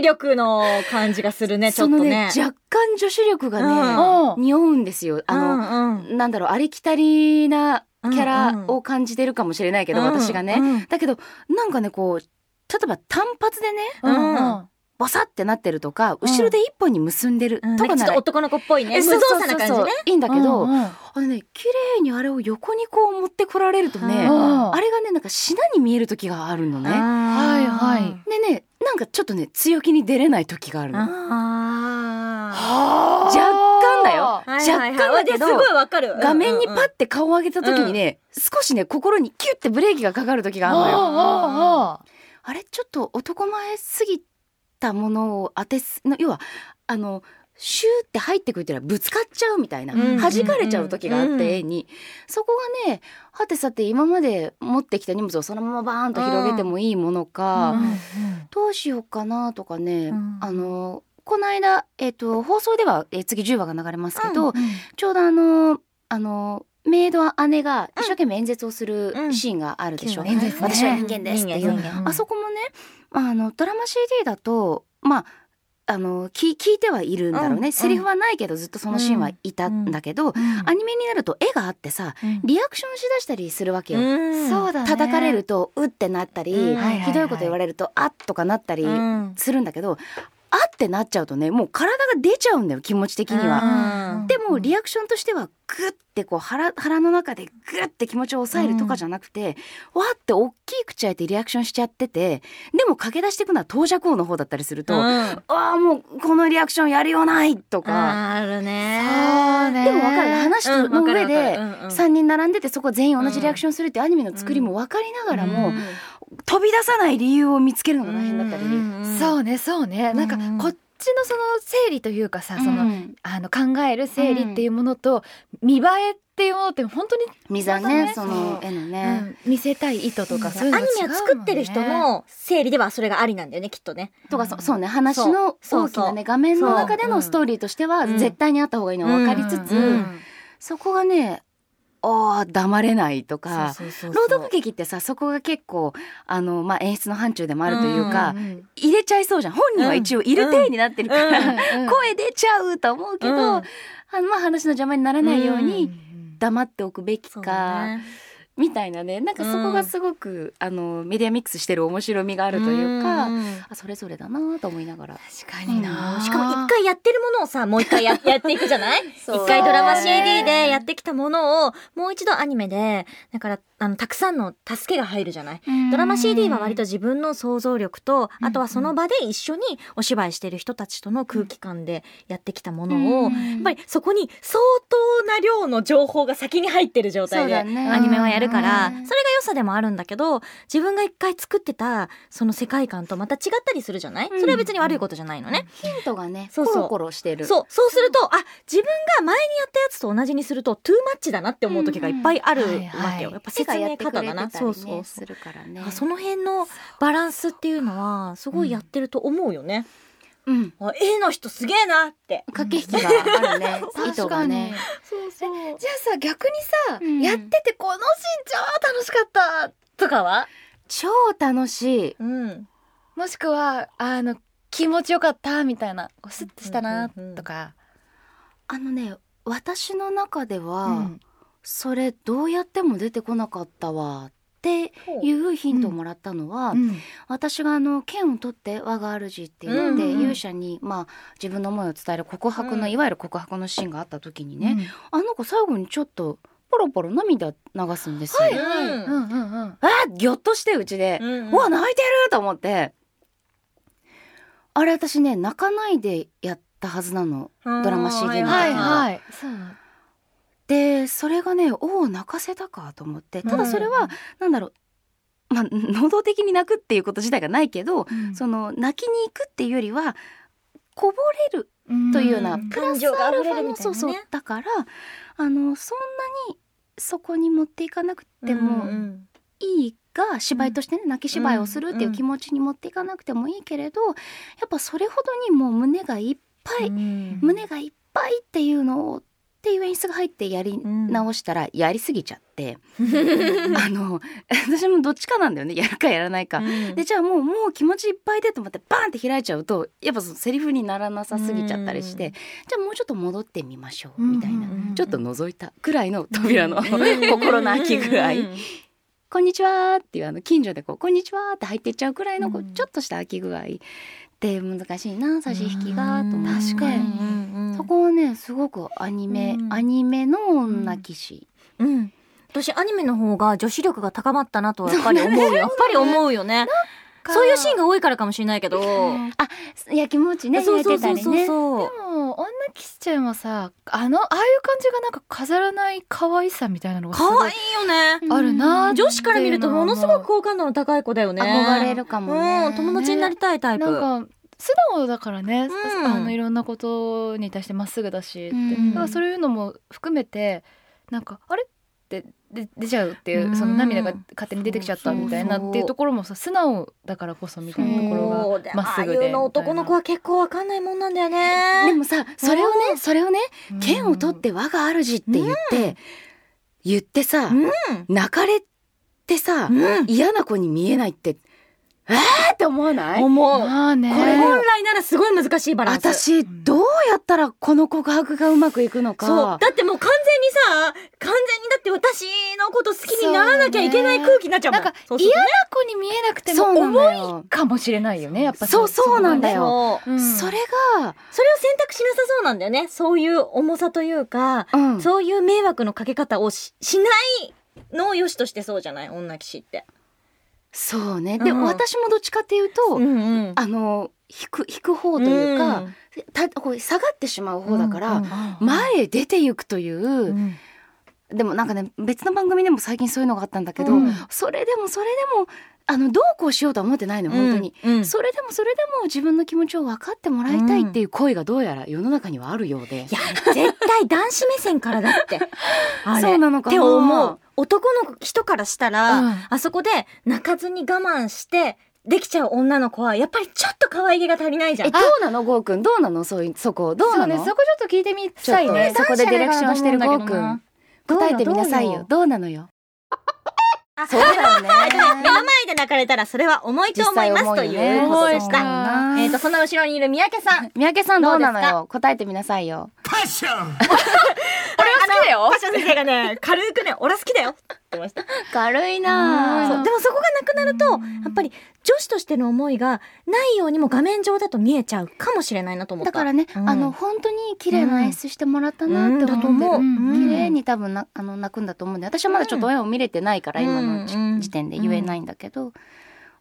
Speaker 1: 力の感じがするね、ちょ
Speaker 7: そ
Speaker 1: っと
Speaker 7: の
Speaker 1: ね
Speaker 7: ね。若干女子力
Speaker 1: う
Speaker 7: がね、
Speaker 2: おう
Speaker 7: 匂うんですよ。あの、
Speaker 1: の、うん
Speaker 7: なんだろうありきたりなキャ
Speaker 1: うん
Speaker 7: ラ
Speaker 1: うん
Speaker 7: を感じてるかもしれないけど、私がね、
Speaker 1: うん
Speaker 7: だけどなんかねこう例えば単発でね
Speaker 1: うん
Speaker 7: ボサってなってるとか
Speaker 1: ん
Speaker 7: 後ろで一本に結んでる
Speaker 1: うん
Speaker 7: とか
Speaker 1: ちょ
Speaker 7: な
Speaker 1: っと
Speaker 7: ら、
Speaker 1: 男の子っぽいね。
Speaker 7: え
Speaker 1: 無
Speaker 7: そう
Speaker 1: 造
Speaker 7: そう
Speaker 1: 作な
Speaker 7: そ
Speaker 1: 感
Speaker 7: うそう
Speaker 1: じね。
Speaker 7: いいんだけど、
Speaker 2: うんうん
Speaker 7: あのね綺麗にあれを横にこう持ってこられるとね、
Speaker 2: うん
Speaker 7: あれがねなんかしなに見える時があるのね。
Speaker 1: はい
Speaker 2: はい
Speaker 7: でねなんかちょっとね強気に出れない時があるの。若
Speaker 1: あ
Speaker 7: 干だよ、
Speaker 1: ーはいはいはい
Speaker 7: 若干だけど
Speaker 1: わですごいわかる。
Speaker 7: 画面にパッ
Speaker 1: て
Speaker 7: て顔を上げた時にね、少しね心にキュッてブレーキがかかる時があるのよ。
Speaker 2: ああ
Speaker 7: あれちょっと男前すぎたものを当てすの要はあのシューって入ってくるっていうのはぶつかっちゃうみたいな、
Speaker 1: うんうんうん
Speaker 7: 弾かれちゃう時があって、
Speaker 1: うん
Speaker 7: 絵にそこがねはてさて今まで持ってきた荷物をそのままバーンと広げてもいいものか、
Speaker 2: ああ
Speaker 7: どうしようかなとかね、
Speaker 1: うん
Speaker 7: あのこの間、えっと、放送では、えー次10話が流れますけ
Speaker 1: う
Speaker 7: ど、
Speaker 1: ん
Speaker 7: ちょうどあのあのメイド姉が一生懸命演説をする
Speaker 1: うん
Speaker 7: シーンがあるでしょ、
Speaker 1: 演説ね
Speaker 7: 私は人間ですっていう、
Speaker 1: 人間人間
Speaker 7: あそこもねあのドラマ CD だとまああの聞聞いてはいるんだろう
Speaker 1: うん
Speaker 7: ね、セリフはないけどずっとそのシーンはいたんだけ
Speaker 1: う
Speaker 7: ど、
Speaker 1: ん
Speaker 7: アニメになると絵があってさリアクションしだしたりするわけよ。
Speaker 1: うん
Speaker 2: そうだね
Speaker 7: 叩かれるとうってなったり、
Speaker 1: うん
Speaker 2: はいはいはい
Speaker 7: ひどいこと言われるとあっとかなったり
Speaker 1: うん
Speaker 7: するんだけど、あってなっちゃうとねもう体が出ちゃうんだよ気持ち的には。
Speaker 1: うん
Speaker 7: でもリアクションとしてはグッてこう腹腹の中でグッて気持ちを抑えるとかじゃなくて、わーって大きい口開いてリアクションしちゃっててでも駆け出していくのは到着音の方だったりすると、
Speaker 1: うん
Speaker 7: ああもうこのリアクションやりようないとか、
Speaker 1: あるね
Speaker 2: そうね
Speaker 7: でも分かる話
Speaker 1: う
Speaker 7: と
Speaker 1: ん
Speaker 7: の上
Speaker 1: わか
Speaker 7: で
Speaker 1: るわかるうんうん
Speaker 7: 3人並んでてそこ全員同じリアクションするっていうアニメの作りも分かりながらも、
Speaker 1: うん
Speaker 7: 飛び出さない理由を見つけるのが大変だったり。
Speaker 1: う
Speaker 2: そうねそうねなんか
Speaker 1: うんうん
Speaker 2: こっちのその整理というかさその、
Speaker 7: うん
Speaker 2: あの考える整理っていうものと見栄えっていうものって本当に、
Speaker 7: ミザンねその絵のね、
Speaker 2: うん見せたい意図とかそういうの
Speaker 1: ア
Speaker 2: が違
Speaker 1: ニ
Speaker 2: うもん
Speaker 1: メ
Speaker 2: ね
Speaker 1: を作ってる人の整理ではそれがありなんだよねきっとね
Speaker 7: とかそそうね話の
Speaker 1: そう
Speaker 7: 大きなね画面の中で
Speaker 2: そう
Speaker 7: のストーリーとしては
Speaker 1: うん
Speaker 7: 絶対にあった方がいいのは分かりつ
Speaker 1: うんうんうん
Speaker 7: つそこがねああ黙れないとか
Speaker 1: そうそうそうそう
Speaker 7: 朗読劇ってさそこが結構あの、まあ、演出の範疇でもあるというか
Speaker 2: うんうん
Speaker 7: 入れちゃいそうじゃん本人は一応入れ体になってるか
Speaker 1: うん
Speaker 7: ら
Speaker 2: うん
Speaker 7: 声出ちゃうと思うけど
Speaker 1: うん
Speaker 7: あのまあ話の邪魔にならないよう
Speaker 2: うん
Speaker 7: に黙っておくべき
Speaker 1: そう
Speaker 7: か。
Speaker 1: ね
Speaker 7: みたいなねなんかそこがすごく、あのメディアミックスしてる面白みがあるというか、
Speaker 1: ん
Speaker 7: あそれぞれだなと思いながら
Speaker 2: 確かにな、
Speaker 1: しかも一回やってるものをさもう一回ややっていくじゃない一回ドラマ CD でやってきたものをもう一度アニメでだからあのたくさんの助けが入るじゃないドラマ CD は割と自分の想像力とあとはその場で一緒にお芝居してる人たちとの空気感でやってきたものをやっぱりそこに相当な量の情報が先に入ってる状態で
Speaker 7: ね
Speaker 1: アニメはやるから、
Speaker 2: うん
Speaker 1: それが良さでもあるんだけど自分が一回作ってたその世界観とまた違ったりするじゃない、
Speaker 7: うん
Speaker 1: それは別に悪いことじゃないのね、
Speaker 7: ヒントがね
Speaker 1: そうそう
Speaker 7: コロコロしてる
Speaker 1: そうそうするとあ自分が前にやったやつと同じにするとトゥーマッチだなって思う時がいっぱいあるわけよ、
Speaker 2: うんうんはいはい
Speaker 1: やっぱ
Speaker 7: 世
Speaker 1: 説
Speaker 7: 界や
Speaker 1: 明
Speaker 7: ってく
Speaker 1: 方
Speaker 7: れ
Speaker 1: だ
Speaker 7: てた
Speaker 1: な、
Speaker 7: りね
Speaker 1: そうそうそう
Speaker 7: するからね
Speaker 1: あその辺のバランスっていうのはすごいやってると思うよね、
Speaker 7: うん
Speaker 1: あ A の人すげえなって
Speaker 7: 駆け引きがある ね意図
Speaker 2: 確
Speaker 7: が
Speaker 2: かに、
Speaker 7: ね
Speaker 1: そうそう
Speaker 2: じゃあさ逆にさ、
Speaker 7: うん
Speaker 2: やっててこのシーン超楽しかった
Speaker 1: とかは
Speaker 7: 超楽しい
Speaker 1: うん
Speaker 2: もしくはあの気持ちよかったみたいなこうスッとしたな
Speaker 1: うんうんうん
Speaker 2: とか、
Speaker 7: あのね私の中では、
Speaker 2: うん
Speaker 7: それどうやっても出てこなかったわっていうヒントをもらったのは、
Speaker 2: うん
Speaker 7: 私があの剣を取って我が主って言って、
Speaker 1: うんうん
Speaker 7: 勇者に、まあ、自分の思いを伝える告白
Speaker 1: う
Speaker 7: の、
Speaker 1: ん
Speaker 7: いわゆる告白のシーンがあった時にね、あの子最後にちょっとポロポロ涙流すんですよ。
Speaker 1: いはいうん
Speaker 2: うんうんうん
Speaker 7: あーぎょっとしてうちで、う
Speaker 1: うん
Speaker 7: わ泣いてると思ってあれ私ね泣かないでやったはずなの。ドラマ CD の
Speaker 1: は
Speaker 2: はいい
Speaker 1: は
Speaker 2: はいそう
Speaker 7: でそれがねおお泣かせたかと思ってただそれは、なんだろうまあ能動的に泣くっていうこと自体がないけど、その泣きに行くっていうよりはこぼれるというような、
Speaker 2: ん
Speaker 7: プラスアルファの、そうそうだからあのそんなにそこに持っていかなく
Speaker 1: い
Speaker 7: ても、
Speaker 1: うんうん
Speaker 7: いいが芝居としてね、泣き芝居をするっていううん気持ちに持っていかなくてもいいけれど、やっぱそれほどにもう胸がいっぱい、
Speaker 1: うん
Speaker 7: 胸がいっぱいっていうのをっていう演出が入ってやり直したらやりすぎちゃ って、あの私もどっちかなんだよねやるかやらないか。
Speaker 1: うん
Speaker 7: でじゃあもうもう気持ちいっぱいでと思ってバーンって開いちゃうとやっぱそのセリフにならなさすぎちゃったりして、
Speaker 1: うん
Speaker 7: じゃあもうちょっと戻ってみましょうみたいな、
Speaker 1: うんうん
Speaker 7: ちょっと覗いたくらいの扉の
Speaker 1: うん
Speaker 7: 心の空き具合、
Speaker 1: うん
Speaker 7: こんにちはっていうあの近所でこうこんにちはって入ってっちゃうくらいのこ
Speaker 1: う
Speaker 7: うんちょっとした空き具合って難しいな差し引きがと思って
Speaker 1: 確かに、うん
Speaker 7: そこはねすごくアニメ、
Speaker 1: うん
Speaker 7: アニメの女騎士、
Speaker 1: うん私アニメの方が女子力が高まったなとはやっぱり思 うよやっぱり思うよねそういうシーンが多いからかもしれないけど、
Speaker 7: 焼きもちね
Speaker 1: そう
Speaker 7: 焼
Speaker 1: そ
Speaker 7: いて
Speaker 1: うそ
Speaker 7: た
Speaker 1: う
Speaker 7: り
Speaker 1: そう
Speaker 7: ね
Speaker 1: そう
Speaker 2: でも女騎士ちゃんはさあのああいう感じがなんか飾らない可愛さみたいなのがす
Speaker 1: 可
Speaker 2: ご
Speaker 1: 愛
Speaker 2: い
Speaker 1: いよね
Speaker 7: うん
Speaker 2: あるなー
Speaker 1: 女子から見るとものすごく好感度の高い子だよね
Speaker 7: 憧れるかもね、
Speaker 1: うん友達になりたいタイプ
Speaker 2: なんか素直だからね、
Speaker 1: うん
Speaker 2: あのいろんなことに対してまっすぐだしって、
Speaker 7: うん
Speaker 2: だからそういうのも含めてなんかあれ
Speaker 8: ってで出ちゃうっていう、
Speaker 2: うん
Speaker 8: その涙が勝手に出てきちゃったみたいな
Speaker 1: そうそうそう
Speaker 8: っていうところもさ素直だからこそみたいなとこ
Speaker 1: そ
Speaker 8: ろ
Speaker 1: うで
Speaker 8: がまっすぐ
Speaker 1: ああい
Speaker 8: で
Speaker 1: うの男の子は結構わかんないもんなんだよ
Speaker 7: で
Speaker 1: ね。
Speaker 7: もさそれをねそれをね
Speaker 8: みたいな
Speaker 7: 剣を取って我が主って言って、言ってさ、泣かれてさ、
Speaker 1: うん
Speaker 7: 嫌な子に見えないってえーって思わない
Speaker 1: 思う。
Speaker 8: まあね
Speaker 1: これ本来ならすごい難しいバランス。
Speaker 7: 私どうやったらこの告白がうまくいくのか
Speaker 1: そう。だってもう完全にさ、完全にだって私のこと好きにならなきゃいけない空気になっちゃうもん。
Speaker 8: なんか
Speaker 1: そうすると
Speaker 8: 嫌
Speaker 1: ね
Speaker 8: な子に見えなくても
Speaker 7: そうなの
Speaker 8: 重い
Speaker 7: よ
Speaker 8: かもしれないよねやっぱ
Speaker 7: そうそうなんだよ
Speaker 1: そう
Speaker 8: うん
Speaker 7: それが、
Speaker 1: それを選択しなさそうなんだよね。そういう重さというか、
Speaker 7: うん
Speaker 1: そういう迷惑のかけ方をししないのを良しとしてそうじゃない女騎士って。
Speaker 7: そうねで、
Speaker 1: うん
Speaker 7: 私もどっちかっていうと、
Speaker 1: んうん。
Speaker 7: あの引く引く方というか、たこう下がってしまう方だから、前へ出ていくという、
Speaker 8: ん
Speaker 7: でもなんかね別の番組でも最近そういうのがあったんだけど、
Speaker 8: うん
Speaker 7: それでもそれでもあのどうこうしようとは思ってないのよ本当に、
Speaker 1: うん。うん
Speaker 7: それでもそれでも自分の気持ちを分かってもらいたいっていう声がどうやら世の中にはあるようで
Speaker 1: い、や、絶対男子目線からだって。あれ
Speaker 7: そうなのかな
Speaker 1: って思う。男の人からしたら、
Speaker 8: うん
Speaker 1: あそこで泣かずに我慢して、できちゃう女の子は、やっぱりちょっと可愛げが足りないじゃん。
Speaker 7: えどうなのゴーくんどうなのそういうそこどう
Speaker 8: そ
Speaker 7: な
Speaker 8: うね
Speaker 7: の
Speaker 8: そこちょっと聞いてみたいね
Speaker 7: ちょっとそこでディレクションしてる
Speaker 8: 男
Speaker 7: ゴ
Speaker 8: 子だ
Speaker 7: ーく
Speaker 8: けどなん
Speaker 7: 答えてみなさい
Speaker 8: どう
Speaker 7: よ
Speaker 8: よ
Speaker 7: どうなのよ
Speaker 1: あ
Speaker 7: そうだよね
Speaker 1: 目の前で泣かれたら、それは重いと思います、と
Speaker 7: 実際重よね
Speaker 1: いうことでし
Speaker 7: そう
Speaker 1: た。
Speaker 7: だ
Speaker 1: えっ、
Speaker 7: よ
Speaker 1: と、
Speaker 7: な
Speaker 1: その後ろにいる三宅さん。
Speaker 7: 三宅さんどうなの
Speaker 1: どう
Speaker 7: よ答えてみなさいよ
Speaker 5: パッション
Speaker 1: 俺は好きだよ。パシャ先生が ね、軽くね、俺は好きだよって言ってました。
Speaker 7: 軽いな
Speaker 1: そうでもそこがなくなるとやっぱり女子としての思いがないようにも画面上だと見えちゃうかもしれないなと思った
Speaker 7: だからね、
Speaker 1: うん
Speaker 7: あの本当に綺麗な演出してもらったなって
Speaker 1: うんだと
Speaker 7: 思
Speaker 1: 思う
Speaker 7: って
Speaker 1: うん
Speaker 7: 綺麗に多分なあの泣くんだと思うんで私はまだちょっと絵を見れてないから、
Speaker 1: うん
Speaker 7: 今のじ
Speaker 1: うん
Speaker 7: 時点で言えないんだけど、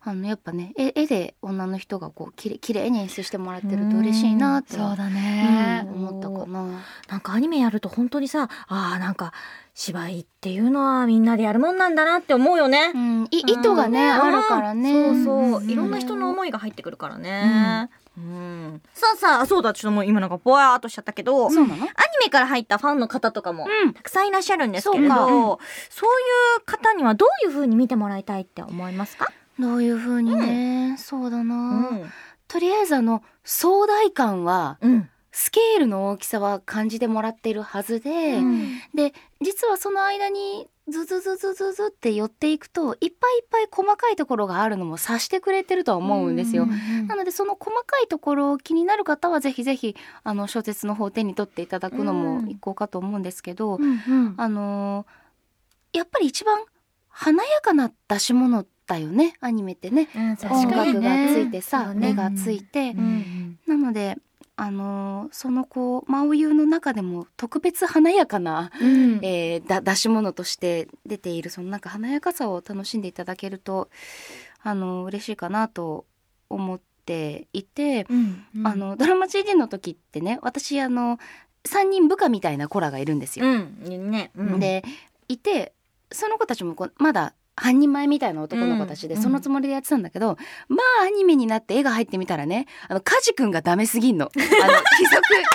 Speaker 7: あのやっぱね絵絵で女の人がこうきれ綺麗に演出してもらってると嬉しいなって、
Speaker 8: そうだ
Speaker 7: うん
Speaker 8: ね、
Speaker 7: 思ったかな。
Speaker 1: なんかアニメやると本当にさあーなんか芝居っていうのはみんなでやるもんなんだなって思うよね
Speaker 7: う、ん、い意図がね、
Speaker 1: うん
Speaker 7: あるからね。
Speaker 1: そうそう、
Speaker 7: ん
Speaker 1: いろんな人の思いが入ってくるからね、うんさあさあそうだちょっともう今なんかぼやーっとしちゃったけど、
Speaker 7: そうなの
Speaker 1: アニメから入ったファンの方とかも
Speaker 7: うん
Speaker 1: たくさんいらっしゃるんですけれど、
Speaker 7: そうか
Speaker 1: そういう方にはどういう風に見てもらいたいって思いますか、
Speaker 7: どういうふうにね、そうだな、
Speaker 1: うん
Speaker 7: とりあえずあの壮大感は
Speaker 1: うん
Speaker 7: スケールの大きさは感じてもらってるはずで、で実はその間にズズズズズズって寄っていくといっぱいいっぱい細かいところがあるのも察してくれてるとは思うんですよ。なのでその細かいところを気になる方はぜひぜひあの小説の方を手に取っていただくの
Speaker 1: うん
Speaker 7: も一行かと思うんですけど、
Speaker 8: うんうん
Speaker 7: あのーやっぱり一番華やかな出し物だよねアニメってね。
Speaker 1: うん、確
Speaker 7: 音
Speaker 1: かに
Speaker 7: 楽が
Speaker 8: ね
Speaker 7: ついてさ、
Speaker 1: そうね
Speaker 7: 絵がついて、
Speaker 8: うん
Speaker 7: なのであのーそのこう真お湯の中でも特別華やかな
Speaker 8: うん
Speaker 7: えーだ出し物として出ているそのなんか華やかさを楽しんでいただけるとあの嬉しいかなと思っていて、
Speaker 8: うん
Speaker 7: あのドラマ CD の時ってね私あの3人部下みたいな子らがいるんですよ。
Speaker 1: うん、ね、うん、
Speaker 7: でいてその子たちもこうまだ半人前みたいな男の子たちで、
Speaker 1: うん
Speaker 7: そのつもりでやってたんだけど、まあアニメになって絵が入ってみたらねあのカジ君がダメすぎん のあの貴族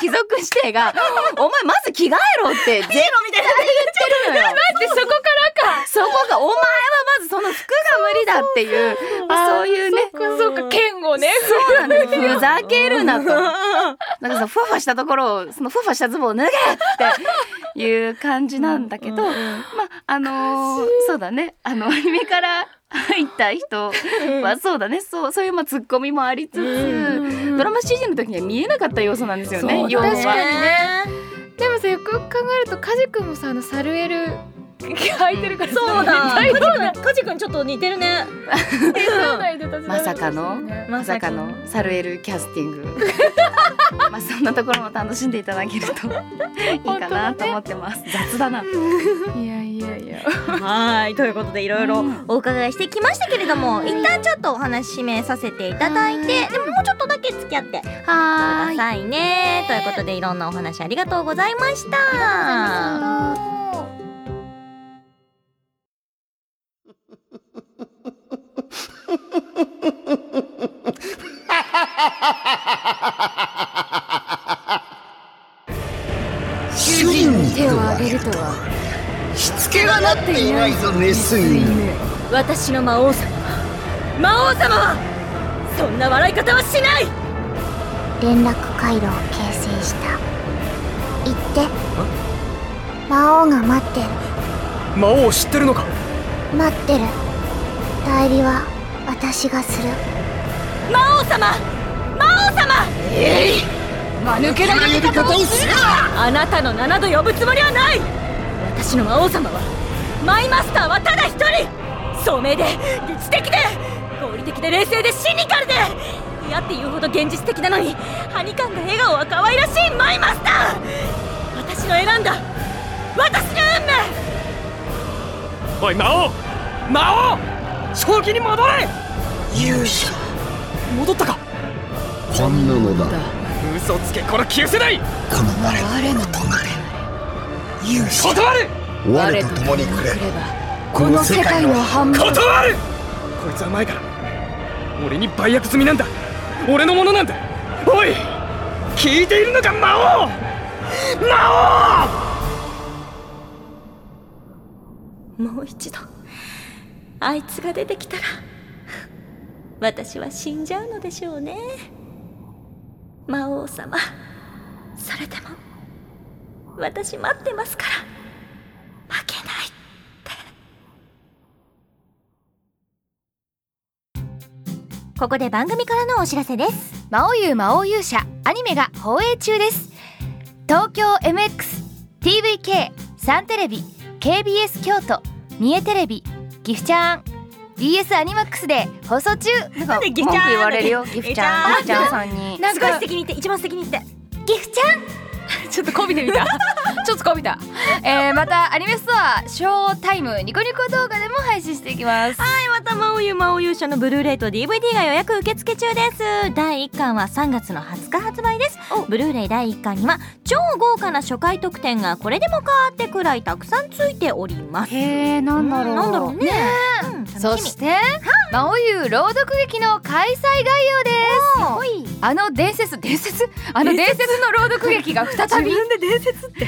Speaker 7: 貴族指定 が「お前まず着替えろ」って絶対言ってるのよ。
Speaker 8: でそこからか
Speaker 7: そこが、お前はまずその服が無理だっていう、そういうね。
Speaker 8: そうか剣をね
Speaker 7: そうなんですよ。ふざける なと。なんかさ、ふわふわしたところを、そのふわふわしたズボンを脱げっていう感じなんだけど、まあ、あのーそうだね。あの、アニメから入った人は、そうだね。そう、そういうまあ、ツッコミもありつつ、ドラマ CG の時には見えなかった要素なんですよね
Speaker 8: そ、う
Speaker 7: 要は。
Speaker 8: 確かにねでもさよくよく考えるとカジ君もさあのサルエ ル履いてるから
Speaker 1: そうだ。
Speaker 8: 大丈夫
Speaker 1: カジ君ちょっと似てるね。
Speaker 7: まさかのまさかのサルエルキャステ ィングまあそんなところも楽しんでいただけるといいかなと思ってます、雑だない
Speaker 8: やいやいや
Speaker 1: はい、ということでいろいろお伺いしてきましたけれども、一旦ちょっとお話し締めさせていただいて、でももうちょっとだけ付き合ってく
Speaker 7: は
Speaker 1: だ
Speaker 7: い
Speaker 1: さいね。ということでいろんなお話ありがとうございました。
Speaker 6: 主人に手を挙げるとはしつけが
Speaker 3: なっていないぞ
Speaker 5: ネスイヌ
Speaker 3: 私の魔王様は魔王様はそんな笑い方はしない
Speaker 9: 連絡回路を形成した行って魔王が待ってる
Speaker 4: 魔王を知ってるのか
Speaker 9: 待ってる代理は私がする
Speaker 3: 魔王様魔王様えい間抜けな呼び方をするなあなたの七度呼ぶつもりはない私の魔王様はマイマスターはただ一人聡明で理知的で合理的で冷静でシニカルで嫌って言うほど現実的なのにはにかんだ笑顔は可愛らしいマイマスター私の選んだ私の運命
Speaker 5: おい魔王魔王正気に戻れ勇者戻ったか
Speaker 10: 本物だ
Speaker 5: 嘘つけこの旧世代
Speaker 10: この我の共で勇者
Speaker 5: 断る
Speaker 10: 我と共にくれこの世界の半分
Speaker 5: 断るこいつは前から俺に売約済みなんだ俺のものなんだおい聞いているのか魔王魔王
Speaker 3: もう一度あいつが出てきたら私は死んじゃうのでしょうね魔王様それでも私待ってますから負けない
Speaker 1: ここで番組からのお知らせです
Speaker 2: 魔王優魔王勇者アニメが放映中です東京 MXTVK サンテレビ KBS 京都三重テレビギフちゃん BS アニマックスで放送中
Speaker 7: なんか
Speaker 1: で
Speaker 7: 文
Speaker 1: ギ
Speaker 7: 句
Speaker 1: フちゃん
Speaker 7: 言われるよギフちゃ
Speaker 1: ギフ
Speaker 7: んギフち
Speaker 1: ちゃん
Speaker 7: ゃんさんに
Speaker 8: なん
Speaker 1: すごい
Speaker 8: か
Speaker 1: 素敵に言って一番素敵に言って
Speaker 2: ギフちゃん
Speaker 8: ちょっとこびてみた
Speaker 2: ちょっとこびた、えー、またアニメストアショータイムニコニコ動画でも配信していきます
Speaker 1: また魔王優魔王勇者のブルーレイと DVD が予約受付中です第1巻は3月の20日発売ですブルーレイ第1巻には超豪華な初回特典がこれでもかーってくらいたくさんついております
Speaker 7: へえなんだろう
Speaker 1: なんだろうねうん楽しみ
Speaker 2: そして魔王優朗読劇の開催概要です
Speaker 1: おい
Speaker 2: あの伝説伝説あの伝説の朗読劇が再び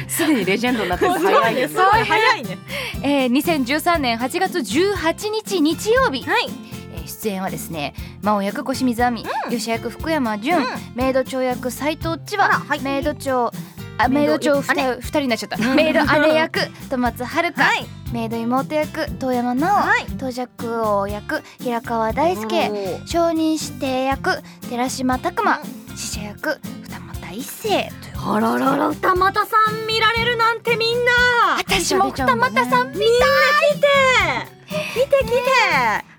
Speaker 7: すでにレジェンドになってる早いです
Speaker 1: ごい早いね
Speaker 2: えー、2013年8月18日日曜日、
Speaker 1: はい
Speaker 2: えー出演はですね真央役小清水亜美、吉田役福山潤、メイド長役斎藤千
Speaker 1: あら
Speaker 2: 葉、
Speaker 1: はい
Speaker 2: メイド長あ
Speaker 1: メ
Speaker 2: メ
Speaker 1: イ
Speaker 2: イ
Speaker 1: ド
Speaker 2: ド長二
Speaker 1: 姉
Speaker 2: 人二人になっち ゃったメイド姉役戸松遥香、
Speaker 1: はい
Speaker 2: メイド妹役遠山奈
Speaker 1: はい
Speaker 2: 央東尺王役平川大輔承認指定役寺島拓磨死者役二俣一世という
Speaker 1: あららら二股さん見られるなんてみんな
Speaker 2: 私も二俣さん
Speaker 1: みんな来て見て来て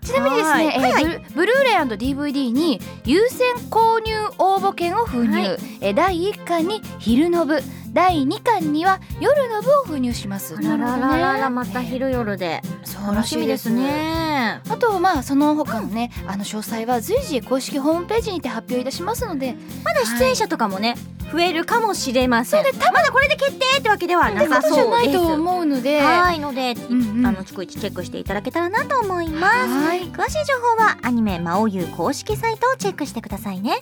Speaker 2: ちなみにですね、えー
Speaker 1: はい
Speaker 2: ブルブルーレイ &DVD に優先購入応募券を封入、
Speaker 1: はい
Speaker 2: えー第1巻に昼の部第2巻には夜の部を封入します
Speaker 1: あらららららまた
Speaker 2: えー
Speaker 1: 昼夜で
Speaker 2: そう
Speaker 1: 楽しみですね
Speaker 2: あとまあその他のね、あの詳細は随時公式ホームページにて発表いたしますので
Speaker 1: まだ出演者とかもね増えるかもしれませんそうでまだこれで決定ってわけではなさ
Speaker 2: じゃ
Speaker 1: そう
Speaker 2: な
Speaker 1: で
Speaker 2: い
Speaker 1: す
Speaker 2: と思うので
Speaker 1: はいので、
Speaker 2: うんうん
Speaker 1: あの逐一チェックしていただけたらなと思います
Speaker 2: はい
Speaker 1: 詳しい情報はアニメ魔王優公式サイトをチェックしてくださいね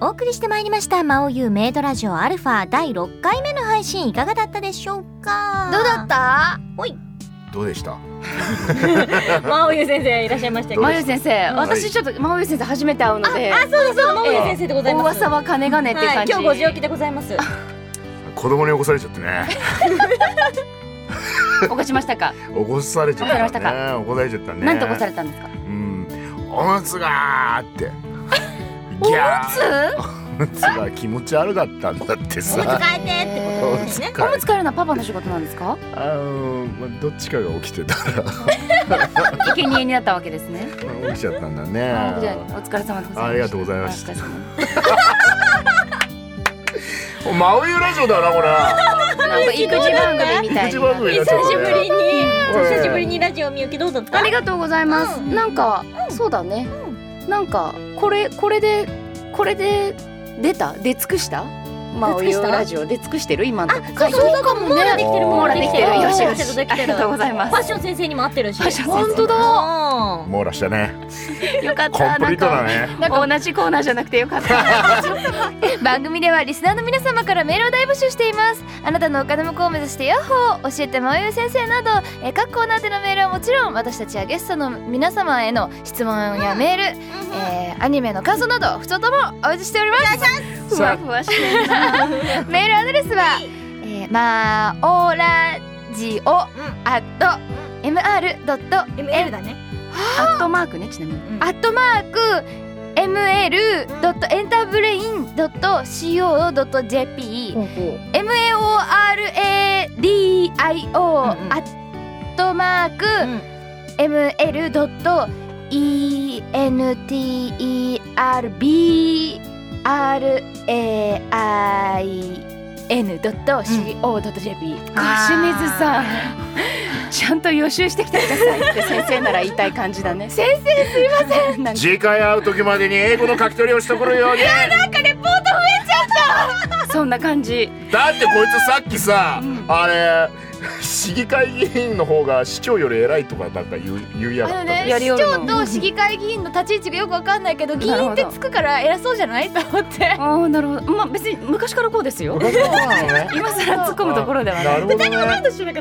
Speaker 1: お送りしてまいりました魔王優メイドラジオアルファ第6回目の配信いかがだったでしょうか
Speaker 2: どうだった
Speaker 6: どうでした
Speaker 3: 真央優先生いらっしゃいました
Speaker 6: どう
Speaker 7: 真
Speaker 6: で
Speaker 7: 由
Speaker 6: した
Speaker 7: 先生、私ちょっと真由先生初めて会うのであそうそう真
Speaker 3: 真央優先生でござい
Speaker 7: 大
Speaker 3: ます
Speaker 7: 噂は金がねっていう
Speaker 3: はい
Speaker 7: 感じ、
Speaker 3: 今日ご時起きでございます
Speaker 6: 子供に起こされちゃってね
Speaker 7: 起こしましたか、
Speaker 6: 起こされちゃった
Speaker 7: 起こされま
Speaker 6: ね起こされちゃったね
Speaker 7: なんて起こされたんですか
Speaker 6: うんおむつが ーってギャー おむつが気持ち悪かったんだ
Speaker 1: お
Speaker 6: って
Speaker 1: むつ
Speaker 6: さ
Speaker 1: 変えてってことですね
Speaker 6: お
Speaker 7: おむ
Speaker 6: む
Speaker 7: つ
Speaker 6: つ
Speaker 7: 替えるのはパパの仕事なんで すか
Speaker 6: あのーまあどっちかが起きて たらま
Speaker 7: 生贄になったわけですね
Speaker 6: あ起きちゃったんだ
Speaker 7: あーじゃ
Speaker 6: ね
Speaker 7: あお疲れ様でございました
Speaker 6: ありがとうございました
Speaker 7: お疲れ様
Speaker 6: 真央優ラジオだな これ
Speaker 7: なんか育児番組みたい
Speaker 6: 一番
Speaker 7: な
Speaker 6: 上になっちゃっ
Speaker 3: 久
Speaker 6: た
Speaker 3: しぶりに
Speaker 6: うん
Speaker 3: 久しぶりにラジオ見ゆきどうだった
Speaker 7: ありがとうございます、なんか、そうだね、なんかこれこれでこれで出た出尽くしたまあ、およラジオで尽くしてる今のとこ
Speaker 1: そうそうかもね。できてるもん。
Speaker 7: 網羅できてる
Speaker 1: 網羅できてる
Speaker 7: よしよし
Speaker 1: できてるできてる
Speaker 7: ありがとうございます
Speaker 1: ファッション先生にも合ってるし。
Speaker 7: 本当
Speaker 1: だ。
Speaker 6: 網羅したね
Speaker 7: よかっ
Speaker 6: コン
Speaker 7: た
Speaker 6: プ
Speaker 7: な
Speaker 6: リ
Speaker 7: ん
Speaker 6: ートだ
Speaker 7: か
Speaker 6: ね
Speaker 7: なんか同じコーナーじゃなくてよかった
Speaker 2: 番組ではリスナーの皆様からメールを大募集していますあなたのお金向こうを目指してヤッホー教えてまおゆ先生など、えー各コーナーでのメールはもちろん私たちやゲストの皆様への質問やメール、えーアニメの感想などふとともお待ちしております
Speaker 7: ふわふわしてるな
Speaker 2: メールアドレスは、えー、まあオラジオアット mr ドット
Speaker 1: ML だね。
Speaker 7: アットマークねちなみに
Speaker 2: アットマーク ml.enterbrain.co.jp maoradio アットマーク ml.enterbrain.co.jp
Speaker 7: 清水さん ちゃんと予習してきてくださいって先生なら言いたい感じだね先生すいません なんか
Speaker 6: 次回会う時までに英語の書き取りをしてくる ように
Speaker 7: そんな感 じ
Speaker 6: だってこいつさっきさ、あれ市議会議員の方が市長より偉いとかなんか言う言うや
Speaker 2: あ
Speaker 6: が
Speaker 2: の
Speaker 6: っ
Speaker 2: ね、
Speaker 6: た
Speaker 7: や
Speaker 2: 市
Speaker 7: りよるの
Speaker 2: 長と市議会議員の立ち位置がよくわかんないけど議員ってつくから偉そうじゃないと思 って
Speaker 7: ああなるほどまあ別に昔からこうですよ
Speaker 6: 昔からなのね
Speaker 7: 今更突っ込むところではない
Speaker 6: なるほどね
Speaker 1: 知らなかったっけ
Speaker 2: 同い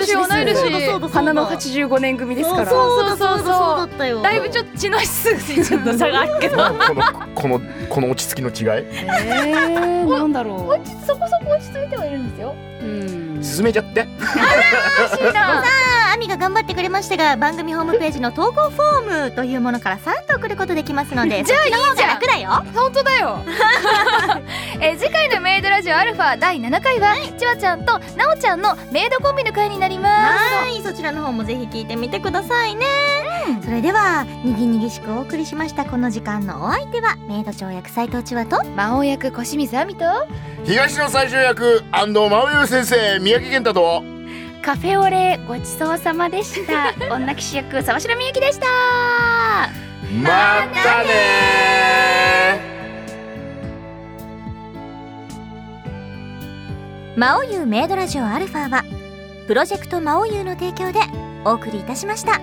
Speaker 2: 年同い
Speaker 1: そうだそう
Speaker 2: 年
Speaker 1: だ
Speaker 7: 花の85年組ですから
Speaker 1: そうだ
Speaker 2: そうそう
Speaker 1: そうだそうだったよ。
Speaker 2: だいぶちょっと血の質ちょっと差があるけど
Speaker 6: このこのこの落ち着きの違い
Speaker 7: えー、なんだろ
Speaker 2: そこそこ落ち着いてはいるんですよ
Speaker 7: ううん
Speaker 6: 進めちゃって
Speaker 2: 楽しいな
Speaker 1: アミが頑張ってくれましたが番組ホームページの投稿フォームというものから3と送ることできますので
Speaker 2: じゃあいいじゃん
Speaker 1: 楽だよ
Speaker 2: 本当だ よえー次回のメイドラジオアルファ第7回はちわちゃんとなおちゃんのメイドコンビの会になります
Speaker 1: はいそちらの方もぜひ聞いてみてくださいね、それではにぎにぎしくお送りしましたこの時間のお相手はメイド長役斎藤千和と
Speaker 2: 魔王役小清水亜美と
Speaker 6: 東の最終役安藤真央優先生宮城健太と
Speaker 7: カフェオレごちそうさまでした女騎士役沢城みゆきでした
Speaker 6: またね
Speaker 1: 魔王優メイドラジオアルファはプロジェクト魔王優の提供でお送りいたしました